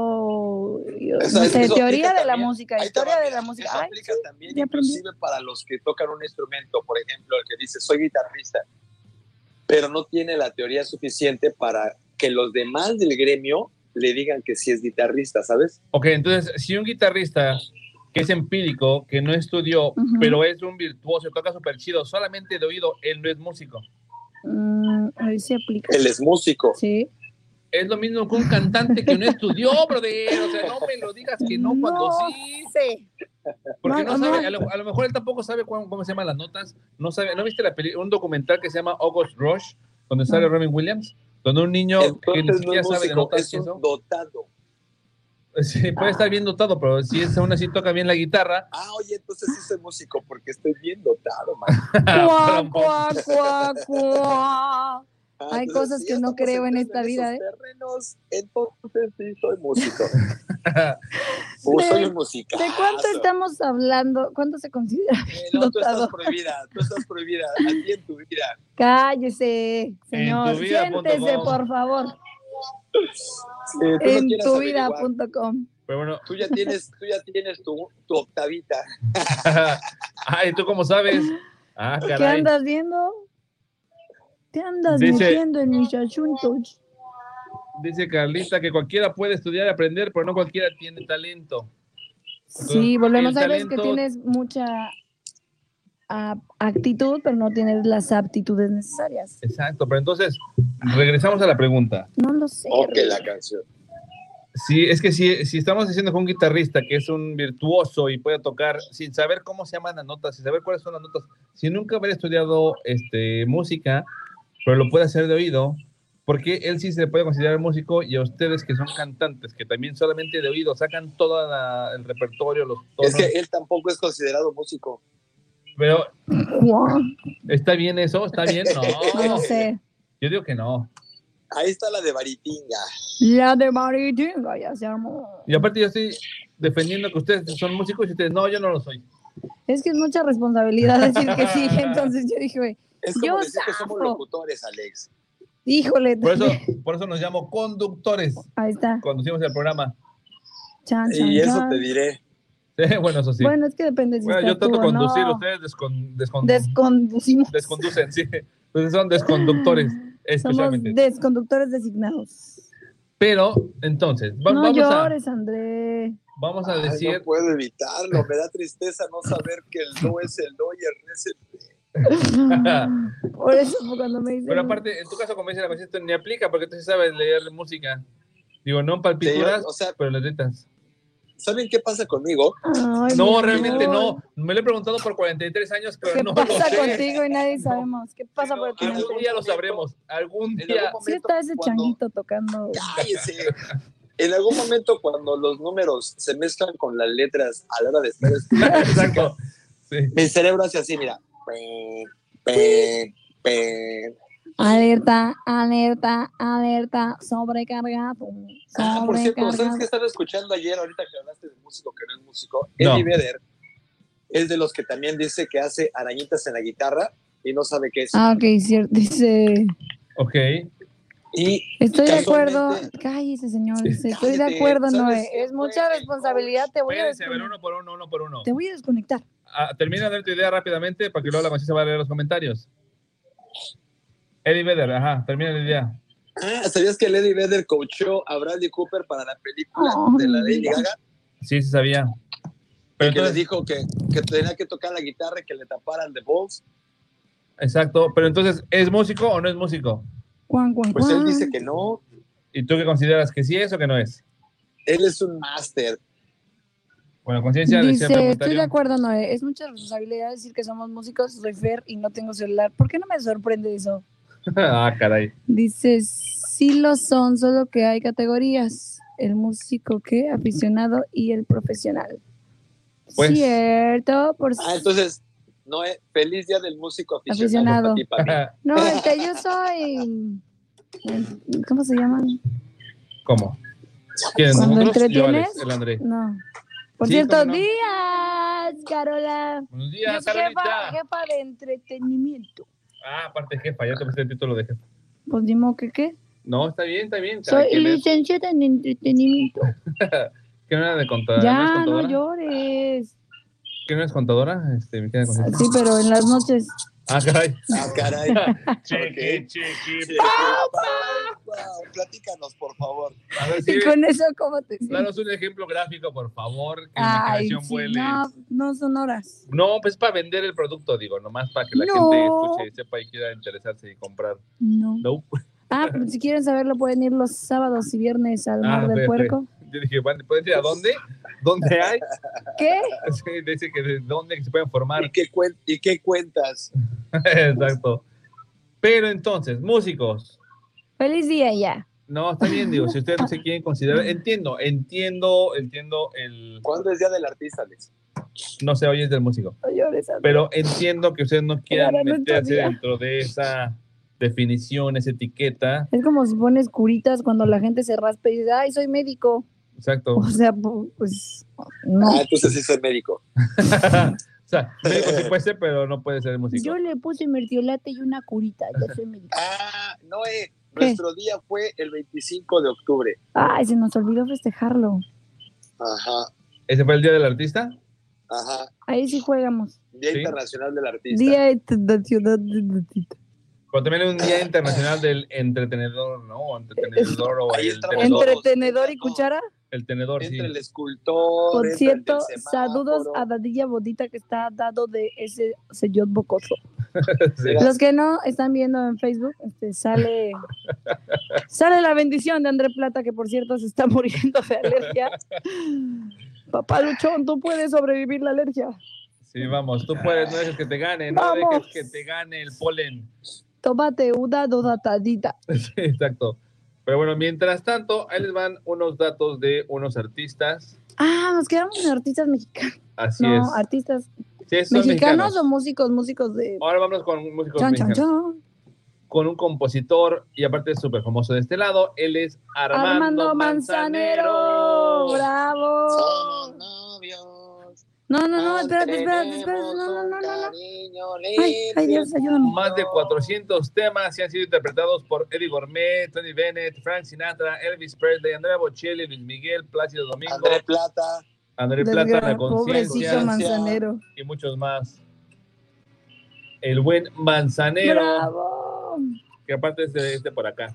Speaker 9: aguantó, no
Speaker 14: Eso-
Speaker 9: sé,
Speaker 14: eso
Speaker 9: teoría
Speaker 14: aplica
Speaker 9: de la
Speaker 14: también.
Speaker 9: música,
Speaker 14: Ahí te
Speaker 9: historia
Speaker 14: va,
Speaker 9: de
Speaker 14: mira,
Speaker 9: la música.
Speaker 14: Eso
Speaker 9: Ay,
Speaker 14: aplica también
Speaker 9: ya aprendí.
Speaker 14: inclusive para los que tocan un instrumento, por ejemplo, el que dice soy guitarrista, pero no tiene la teoría suficiente para que los demás del gremio le digan que sí es guitarrista, ¿sabes?
Speaker 1: Ok, entonces, si un guitarrista que es empírico, que no estudió,
Speaker 9: Ujú.
Speaker 1: pero es un virtuoso y toca súper chido, solamente de oído, él no es músico.
Speaker 9: mm, ahí se aplica.
Speaker 14: Él es músico.
Speaker 9: Sí.
Speaker 1: Es lo mismo que un cantante que no estudió, brother. O sea, no me lo digas que no cuando sí. Porque no,
Speaker 9: No, no.
Speaker 1: sabe, a lo, a lo mejor él tampoco sabe cuán- cómo se llaman las notas. No sabe, ¿no viste la peli- un documental que se llama August Rush, donde sale
Speaker 9: No.
Speaker 1: Robin Williams? Donde un niño que ni
Speaker 14: Entonces no
Speaker 1: siquiera
Speaker 14: es
Speaker 1: sabe de
Speaker 14: músico,
Speaker 1: notas
Speaker 14: es
Speaker 1: y eso.
Speaker 14: un dotado.
Speaker 1: *laughs* Sí, puede estar bien dotado, pero si es aún así toca bien la guitarra. *laughs*
Speaker 14: Ah, oye, entonces sí soy músico porque estoy bien dotado, man.
Speaker 9: Cuá,
Speaker 1: Ah, Pero-
Speaker 9: cuá, cuá, cuá.
Speaker 14: Ah,
Speaker 9: Hay
Speaker 14: entonces
Speaker 9: cosas
Speaker 14: sí,
Speaker 9: que no
Speaker 14: estamos
Speaker 9: creo en
Speaker 14: entrando
Speaker 9: esta vida,
Speaker 14: esos
Speaker 9: ¿eh?
Speaker 14: terrenos, entonces sí soy
Speaker 9: *laughs*
Speaker 14: músico. Uh, soy un musicazo.
Speaker 9: ¿De cuánto estamos hablando? ¿Cuánto se considera?
Speaker 14: Eh, no, tú estás
Speaker 9: dotado?
Speaker 14: prohibida, tú estás prohibida, a ti en tu vida.
Speaker 9: Cállese, señor.
Speaker 1: tu vida punto
Speaker 9: Siéntese,
Speaker 1: com.
Speaker 9: por favor.
Speaker 14: Sí, tú no
Speaker 9: En
Speaker 14: quieras
Speaker 9: tu
Speaker 14: averiguar.
Speaker 9: vida.com.
Speaker 1: Pero bueno,
Speaker 14: Tú ya tienes, tú ya tienes tu, tu octavita.
Speaker 1: ay, ¿tú cómo sabes? Ah,
Speaker 9: ¿Qué
Speaker 1: caray.
Speaker 9: andas viendo? ¿Qué andas
Speaker 1: Dice-
Speaker 9: metiendo en mis asuntos?
Speaker 1: Dice Carlita que cualquiera puede estudiar y aprender, pero no cualquiera tiene talento.
Speaker 9: Sí, volvemos
Speaker 1: el
Speaker 9: a ver que
Speaker 1: talento-
Speaker 9: tienes mucha ah, actitud, pero no tienes las aptitudes necesarias.
Speaker 1: Exacto, pero entonces, regresamos a la pregunta.
Speaker 9: No lo sé.
Speaker 14: Ok,
Speaker 9: Rick.
Speaker 14: la canción.
Speaker 1: Sí, es que si, si estamos diciendo que un guitarrista que es un virtuoso y puede tocar sin saber cómo se llaman las notas, sin saber cuáles son las notas, sin nunca haber estudiado este, música, pero lo puede hacer de oído, porque él sí se le puede considerar músico y a ustedes que son cantantes, que también solamente de oído sacan todo el repertorio, los tonos,
Speaker 14: Es que él tampoco es considerado músico.
Speaker 1: pero
Speaker 9: Guau,
Speaker 1: ¿está bien eso? ¿Está bien?
Speaker 9: No
Speaker 14: *laughs*
Speaker 1: No,
Speaker 9: sé.
Speaker 1: yo digo que no.
Speaker 14: Ahí está la de Baritinga.
Speaker 9: La de Maritinga ya se armó.
Speaker 1: Y aparte yo estoy defendiendo que ustedes son músicos y ustedes, no, yo no lo soy.
Speaker 9: Es que es mucha responsabilidad decir que sí. Entonces yo dije, güey,
Speaker 14: Es como
Speaker 9: Yo
Speaker 14: decir que somos
Speaker 9: zafo.
Speaker 14: locutores, Alex.
Speaker 9: híjole.
Speaker 1: Por eso,
Speaker 9: también.
Speaker 1: por eso nos llamo conductores.
Speaker 9: Ahí está.
Speaker 1: Conducimos el programa. *laughs*
Speaker 9: Chan, chan,
Speaker 14: Y eso
Speaker 9: chan.
Speaker 14: te diré.
Speaker 1: Eh, bueno, eso sí.
Speaker 9: Bueno, es que depende si
Speaker 1: Bueno, yo
Speaker 9: estás
Speaker 1: trato
Speaker 9: tú
Speaker 1: de
Speaker 9: o
Speaker 1: conducir,
Speaker 9: no.
Speaker 1: ustedes descon- descon-
Speaker 9: Desconducimos.
Speaker 1: desconducen, sí. Entonces son desconductores,
Speaker 9: *laughs* Somos
Speaker 1: especialmente.
Speaker 9: desconductores designados.
Speaker 1: Pero, entonces, va-
Speaker 9: no
Speaker 1: vamos, a,
Speaker 9: llores,
Speaker 1: *laughs*
Speaker 9: André.
Speaker 1: vamos a
Speaker 14: Ay,
Speaker 1: decir,
Speaker 14: no puedo evitarlo. Me da tristeza no saber que el no es el no y el re es el
Speaker 9: Por eso cuando me dicen.
Speaker 1: pero aparte, en tu caso, como dice la canción, esto ni aplica porque tú sí sabes leer música. Digo, no para
Speaker 14: Sí,
Speaker 1: pinturas,
Speaker 14: yo- o sea-
Speaker 1: pero letritas.
Speaker 14: ¿Saben qué pasa conmigo?
Speaker 9: Ay, mi
Speaker 1: No,
Speaker 9: amor.
Speaker 1: realmente no. Me lo he preguntado por 43 años, pero
Speaker 9: ¿Qué
Speaker 1: no lo
Speaker 9: pasa
Speaker 1: sé.
Speaker 9: contigo y nadie sabemos? ¿Qué pasa
Speaker 14: Pero
Speaker 9: por ti?
Speaker 14: algo-
Speaker 1: Algún día lo sabremos. Algún
Speaker 14: En algún
Speaker 1: día.
Speaker 9: Sí
Speaker 14: momento,
Speaker 9: está ese
Speaker 14: cuando-
Speaker 9: changuito tocando.
Speaker 14: cállese. En algún momento cuando los números se mezclan con las letras a la hora de estar
Speaker 1: *laughs*
Speaker 14: estudiando,
Speaker 1: Exacto. Sí.
Speaker 14: mi cerebro hace así, mira. Pe, pe, pe.
Speaker 9: Alerta, alerta, alerta, sobrecargado.
Speaker 14: Ah, por cierto, ¿sabes qué
Speaker 9: Sobrecargado.
Speaker 14: estaba escuchando ayer ahorita que hablaste de músico que no es músico?
Speaker 1: No.
Speaker 14: Eddie Vedder es de los que también dice que hace arañitas en la guitarra y no sabe qué es.
Speaker 9: Ah, ok, cierto. Dice,
Speaker 1: Ok.
Speaker 14: Y
Speaker 9: estoy de
Speaker 14: Casualmente-
Speaker 9: acuerdo. Cállese, señor. Dice, estoy de
Speaker 14: Cállate,
Speaker 9: acuerdo,
Speaker 14: ¿sabes
Speaker 9: Noé.
Speaker 14: qué
Speaker 9: Es
Speaker 14: fue
Speaker 9: mucha
Speaker 14: el
Speaker 9: responsabilidad. Te voy a
Speaker 1: Espérense, a ver,
Speaker 9: desconectar.
Speaker 1: uno por uno, uno por uno.
Speaker 9: Te voy a desconectar.
Speaker 1: Ah, termina de dar tu idea rápidamente para que luego la conciencia va a leer los comentarios. Eddie Vedder, ajá, termina la idea.
Speaker 14: ah, ¿sabías que Lady Vedder coachó a Bradley Cooper para la película
Speaker 9: Oh,
Speaker 14: de la
Speaker 9: mi
Speaker 14: Lady
Speaker 9: vida.
Speaker 14: Gaga?
Speaker 1: Sí, sí sabía. Pero
Speaker 14: y que le
Speaker 1: entonces,
Speaker 14: dijo que, que tenía que tocar la guitarra y que le taparan de voz.
Speaker 1: exacto, pero entonces, ¿es músico o no es músico?
Speaker 9: Juan, Juan,
Speaker 14: Pues él
Speaker 9: Juan.
Speaker 14: dice que no,
Speaker 1: ¿Y tú qué consideras que sí es o que no es?
Speaker 14: él es un máster.
Speaker 1: Bueno, conciencia de cierto
Speaker 9: Dice, estoy de
Speaker 1: comentario.
Speaker 9: acuerdo, Noé. Es mucha responsabilidad decir que somos músicos, soy Fer y no tengo celular. ¿Por qué no me sorprende eso?
Speaker 1: *laughs* ah, caray.
Speaker 9: Dice, sí lo son, solo que hay categorías. El músico que, aficionado y el profesional.
Speaker 1: Pues.
Speaker 9: Cierto, por
Speaker 14: Ah, entonces, no es feliz día del músico aficionado.
Speaker 9: Aficionado.
Speaker 14: papi, papi.
Speaker 9: No, este, yo
Speaker 14: *laughs*
Speaker 9: soy... ¿Cómo se llaman?
Speaker 1: *laughs* ¿Cómo? ¿Quién?
Speaker 9: Cuando
Speaker 1: ¿Nosotros? Yo,
Speaker 9: entretienes.
Speaker 1: Alex, el André.
Speaker 9: No. Por
Speaker 1: Sí,
Speaker 9: cierto,
Speaker 1: cómo no.
Speaker 9: días, Carola.
Speaker 1: Buenos
Speaker 9: Yo
Speaker 1: días,
Speaker 9: jefa,
Speaker 1: Carolita.
Speaker 9: jefa de entretenimiento.
Speaker 1: Ah, aparte jefa, ya te puse el título de jefa.
Speaker 9: Pues dimo que qué.
Speaker 1: No, está bien, está bien. cada
Speaker 9: Soy
Speaker 1: quien es-
Speaker 9: licenciada en entretenimiento.
Speaker 1: ¿Qué Ah, no era de contadora? ¿No
Speaker 9: ya,
Speaker 1: eres contadora?
Speaker 9: no llores.
Speaker 1: ¿Qué no eres contadora? Este, me queda con
Speaker 9: Sí, pero en las noches.
Speaker 1: Ah, caray.
Speaker 14: Ah,
Speaker 9: *laughs*
Speaker 14: caray.
Speaker 1: Cheque,
Speaker 14: cheque. Platícanos, por favor.
Speaker 1: A ver, sí,
Speaker 9: Y con eso, ¿cómo te sientes?
Speaker 1: danos un ejemplo gráfico, por favor, que la
Speaker 9: Ay,
Speaker 1: creación
Speaker 9: sí,
Speaker 1: vuele.
Speaker 9: no, no son horas.
Speaker 1: No, pues para vender el producto, digo, nomás para que la
Speaker 9: No.
Speaker 1: gente escuche y sepa y quiera interesarse y comprar.
Speaker 9: No.
Speaker 1: No.
Speaker 9: Ah, pues, si quieren saberlo, pueden ir los sábados y viernes al Mar
Speaker 1: Ah,
Speaker 9: del
Speaker 1: espérate.
Speaker 9: Puerco.
Speaker 1: Yo dije, ¿van- ¿pueden ir a dónde? ¿Dónde hay?
Speaker 9: ¿Qué?
Speaker 1: Sí, dice que de dónde se pueden formar.
Speaker 14: ¿Y qué, cuen- y qué cuentas?
Speaker 1: Exacto. Pero entonces, músicos,
Speaker 9: Feliz día ya.
Speaker 1: no, está bien, digo, si ustedes no se quieren
Speaker 9: *laughs*
Speaker 1: considerar, entiendo, entiendo, entiendo el,
Speaker 14: ¿Cuándo es Día del Artista, Alex?
Speaker 1: no sé, hoy es del músico.
Speaker 9: No llores, Andrea.
Speaker 1: pero entiendo que ustedes no quieran
Speaker 9: Claro, no
Speaker 1: meterse
Speaker 9: sabía.
Speaker 1: dentro de esa definición, esa etiqueta.
Speaker 9: Es como si pones curitas cuando la gente se raspa y dice, ay, soy médico.
Speaker 1: Exacto.
Speaker 9: O
Speaker 1: o
Speaker 9: sea, pu- pues, no.
Speaker 14: Ah, entonces sí soy médico.
Speaker 1: sea, médico sí puede ser, pero no puede ser músico.
Speaker 9: Yo le puse mertiolate y una curita, ya soy médico.
Speaker 14: Ah, Noé, nuestro día fue el 25 de octubre.
Speaker 9: Ay, Ah, se nos olvidó festejarlo.
Speaker 14: Ajá,
Speaker 1: ¿Ese fue el día del artista?
Speaker 14: ajá.
Speaker 9: Ahí sí juegamos.
Speaker 14: Día
Speaker 1: Sí.
Speaker 14: Internacional del Artista.
Speaker 9: Día internacional del artista.
Speaker 1: Pero también es un día internacional del entretenedor, ¿no? O Entretenedor o
Speaker 14: Ahí
Speaker 1: el
Speaker 14: estamos.
Speaker 1: tenedor.
Speaker 14: Entre-
Speaker 9: Entretenedor y cuchara.
Speaker 1: El tenedor, sí.
Speaker 14: Entre el escultor.
Speaker 9: Por
Speaker 14: entra el
Speaker 9: cierto,
Speaker 14: del semáforo.
Speaker 9: saludos a Dadilla Bodita que está dado de ese señor bocoso.
Speaker 1: *laughs* Sí.
Speaker 9: Los que no están viendo en Facebook, este, sale, sale la bendición de André Plata, que por cierto se está *laughs* muriendo de alergia. Papá Luchón, tú puedes sobrevivir la alergia.
Speaker 1: Sí, vamos, tú puedes, no dejes que te gane, no
Speaker 9: Vamos.
Speaker 1: dejes que te gane el polen. *laughs*
Speaker 9: Tómate una dodatadita.
Speaker 1: Sí, exacto. Pero bueno, mientras tanto, ahí les van unos datos de unos artistas.
Speaker 9: Ah, nos quedamos en artistas mexicanos.
Speaker 1: Así
Speaker 9: No,
Speaker 1: es.
Speaker 9: artistas
Speaker 1: Sí, son
Speaker 9: mexicanos,
Speaker 1: mexicanos.
Speaker 9: o músicos, músicos de...
Speaker 1: Ahora vamos con músicos
Speaker 9: Chan, chan,
Speaker 1: mexicanos.
Speaker 9: chan.
Speaker 1: con un compositor y aparte es súper famoso de este lado. Él es Armando,
Speaker 9: Armando
Speaker 1: Manzanero.
Speaker 9: Manzanero. Bravo.
Speaker 14: Somos novios.
Speaker 9: No, no, no, espérate, espérate,
Speaker 14: mantenemos
Speaker 9: espérate. No, no, no,
Speaker 14: un
Speaker 9: no. no.
Speaker 14: cariño
Speaker 9: Ay, ay, Dios, ayúdame.
Speaker 1: Más de 400 temas y han sido interpretados por Eddie Gourmet, Tony Bennett, Frank Sinatra, Elvis Presley, Andrea Bocelli, Luis Miguel, Plácido Domingo,
Speaker 14: André Plata.
Speaker 1: André Plata, La
Speaker 9: Desgra- Pobrecito
Speaker 1: Conciencia
Speaker 9: Manzanero.
Speaker 1: y muchos más. El buen Manzanero,
Speaker 9: Bravo.
Speaker 1: que aparte es de este por acá,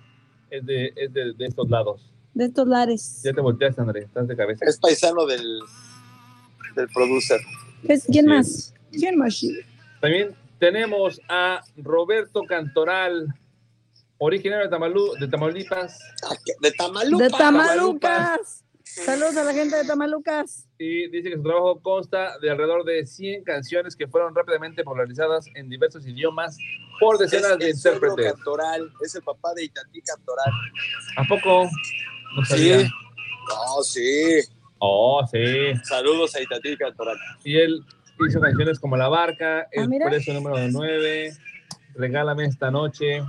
Speaker 1: es de, es de, de estos lados.
Speaker 9: De estos lares.
Speaker 1: Ya te volteaste, André, estás de cabeza.
Speaker 14: Es paisano del, del producer.
Speaker 9: Pues, ¿Quién
Speaker 1: Sí.
Speaker 9: más? ¿Quién más? sí?
Speaker 1: También tenemos a Roberto Cantoral, originario de, Tamalu- de Tamaulipas,
Speaker 14: Ah, que- De Tamaluca.
Speaker 9: De Tamalucas. Saludos a la gente de Tamalucas.
Speaker 1: y dice que su trabajo consta de alrededor de 100 canciones que fueron rápidamente popularizadas en diversos idiomas por
Speaker 14: Es,
Speaker 1: decenas de
Speaker 14: el suegro
Speaker 1: intérpretes.
Speaker 14: Cantoral, es el papá de Itatí Cantoral.
Speaker 1: ¿A poco? No
Speaker 14: Sí.
Speaker 1: sabía.
Speaker 14: No, sí.
Speaker 1: Oh, sí.
Speaker 14: Saludos a Itatí Cantoral.
Speaker 1: Y él hizo canciones como La Barca, El
Speaker 9: mira.
Speaker 1: Preso número 9, Regálame esta noche.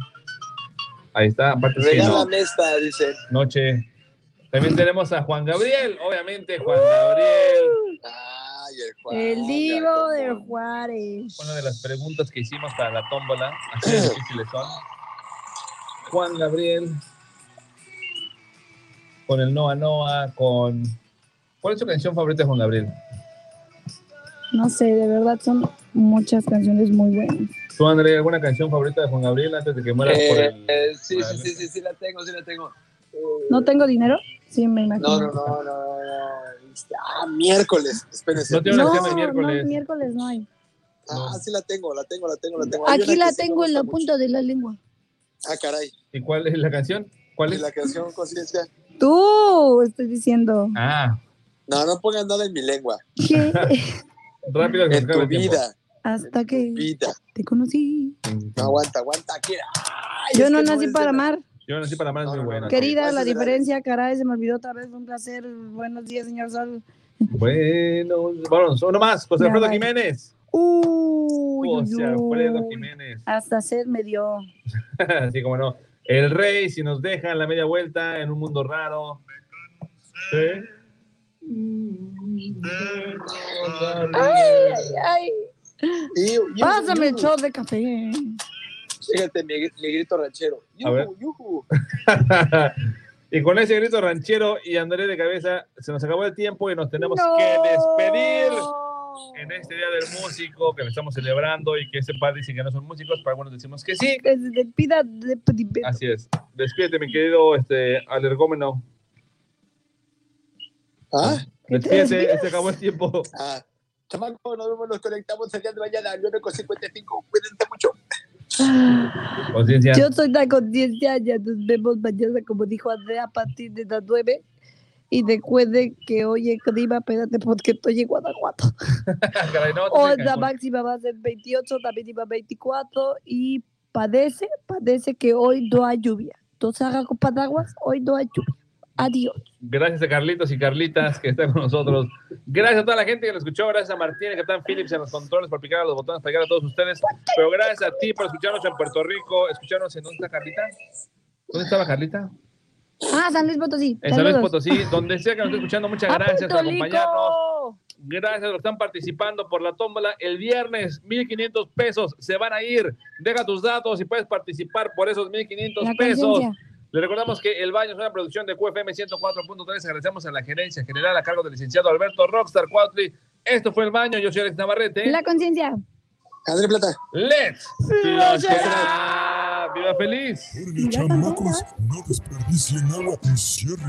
Speaker 1: Ahí está, aparte sí, ¿no?
Speaker 14: Regálame esta, dice.
Speaker 1: noche. También tenemos a Juan Gabriel, obviamente, Juan Gabriel.
Speaker 14: Ay, el Juan.
Speaker 9: El
Speaker 14: ya,
Speaker 9: divo de
Speaker 14: cómo.
Speaker 9: Juárez.
Speaker 1: Una de las preguntas que hicimos para la tómbola, así de difíciles son. Juan Gabriel, con el Noa Noa, con... ¿Cuál es su canción favorita de Juan Gabriel?
Speaker 9: No sé, de verdad son muchas canciones muy buenas.
Speaker 1: ¿Tú, André, alguna canción favorita de Juan Gabriel antes de que mueras por
Speaker 14: Eh,
Speaker 1: el...
Speaker 14: eh, sí,
Speaker 1: por la
Speaker 14: sí, sí,
Speaker 1: letra?
Speaker 14: sí, sí, la tengo, sí la tengo. Eh,
Speaker 9: ¿No tengo dinero? Sí, me imagino.
Speaker 14: no, no, no, no, no. Ah, miércoles, espérense.
Speaker 1: No tiene una
Speaker 9: No,
Speaker 1: que se llama miércoles.
Speaker 9: no, miércoles no hay.
Speaker 14: Ah, sí la tengo, la tengo, la tengo, la tengo. Hay
Speaker 9: Aquí
Speaker 14: una
Speaker 9: la
Speaker 14: que sí me
Speaker 9: tengo en
Speaker 14: gusta
Speaker 9: la
Speaker 14: mucho.
Speaker 9: punta de la lengua.
Speaker 14: Ah, caray.
Speaker 1: ¿Y cuál es la canción? ¿Cuál
Speaker 14: ¿Y
Speaker 1: es?
Speaker 14: la canción Conciencia?
Speaker 9: Tú, estoy diciendo.
Speaker 1: Ah,
Speaker 14: No, no pongan nada en mi lengua.
Speaker 1: *laughs*
Speaker 9: Que
Speaker 1: rápido que se
Speaker 14: En
Speaker 1: acaba
Speaker 14: tu
Speaker 1: el tiempo.
Speaker 14: vida, Ah,
Speaker 9: hasta que
Speaker 14: vida.
Speaker 9: te conocí.
Speaker 14: No, aguanta, aguanta. aquí. Ay,
Speaker 9: Yo
Speaker 14: es
Speaker 9: no
Speaker 14: que
Speaker 9: nací
Speaker 14: es
Speaker 9: para
Speaker 14: de la-
Speaker 9: amar.
Speaker 1: Yo nací para amar Pues es muy
Speaker 14: No, no, no,
Speaker 1: buena.
Speaker 14: no.
Speaker 9: Querida,
Speaker 14: Gracias,
Speaker 9: la
Speaker 14: gracias.
Speaker 9: diferencia, caray, se me olvidó otra vez. Fue un placer. Buenos días, señor Sol.
Speaker 1: Bueno, vámonos, uno más, José
Speaker 9: Ya,
Speaker 1: Alfredo
Speaker 9: bye.
Speaker 1: Jiménez.
Speaker 9: Uy, uy,
Speaker 1: José Alfredo
Speaker 9: uy.
Speaker 1: Jiménez.
Speaker 9: Hasta sed me dio.
Speaker 1: Así como no. El rey, si nos dejan la media vuelta en un mundo raro. ¿Sí?
Speaker 9: Ay, ay, ay.
Speaker 14: Iu, iu,
Speaker 9: Pásame el
Speaker 14: iu.
Speaker 9: shot de café.
Speaker 14: Fíjate, mi, mi grito ranchero.
Speaker 1: A ver.
Speaker 14: Yujú, yujú.
Speaker 1: Y con ese grito ranchero y André de cabeza, se nos acabó el tiempo y nos tenemos
Speaker 14: No.
Speaker 1: que despedir en este Día del Músico que lo estamos celebrando y que ese par dice que no son músicos, para algunos decimos que sí.
Speaker 9: Despida, despida.
Speaker 1: Así es. Despídete, mi querido este, alergómeno.
Speaker 14: ¿Ah?
Speaker 1: Despídete, *laughs*
Speaker 14: despidas?
Speaker 1: se acabó el tiempo.
Speaker 14: Ah, chamaco, nos vemos, nos conectamos el día de mañana, 9.55. Cuídense mucho.
Speaker 1: Conciencia.
Speaker 9: Yo soy la conciencia, ya nos vemos mañana, como dijo Andrea, a partir de las 9. Y recuerden que hoy en Clima, espérate, porque estoy en Guanajuato.
Speaker 1: Caray, no,
Speaker 9: Hoy
Speaker 1: te
Speaker 9: la
Speaker 1: sacan.
Speaker 9: máxima va a ser 28, la mínima 24. Y padece, padece que hoy no hay lluvia. Entonces haga con paraguas, hoy no hay lluvia. Adiós.
Speaker 1: Gracias a Carlitos y Carlitas que están con nosotros. Gracias a toda la gente que lo escuchó. Gracias a Martín, que están Phillips en los controles por picar a los botones, para llegar a todos ustedes. Pero gracias a ti por escucharnos en Puerto Rico. Escucharnos en dónde está Carlita. ¿Dónde estaba Carlita?
Speaker 9: Ah, San Luis Potosí.
Speaker 1: En San Luis
Speaker 9: saludos.
Speaker 1: Potosí, donde sea que nos esté escuchando. Muchas
Speaker 9: ¡A
Speaker 1: gracias por
Speaker 9: Puerto Rico!
Speaker 1: acompañarnos. Gracias a los que están participando por la tómbola. El viernes, 1.500 pesos se van a ir. Deja tus datos y puedes participar por esos
Speaker 9: La
Speaker 1: 1.500 pesos.
Speaker 9: conciencia.
Speaker 1: Le recordamos que El Baño es una producción de QFM 104.3. Agradecemos a la gerencia general a cargo del licenciado Alberto Rockstar Cuautli. Esto fue El Baño. Yo soy Alex Navarrete.
Speaker 9: La conciencia.
Speaker 14: André Plata.
Speaker 1: ¡Let's!
Speaker 4: Flashear.
Speaker 1: ¡Viva feliz!
Speaker 4: Chamacos, no desperdicien agua. Encierren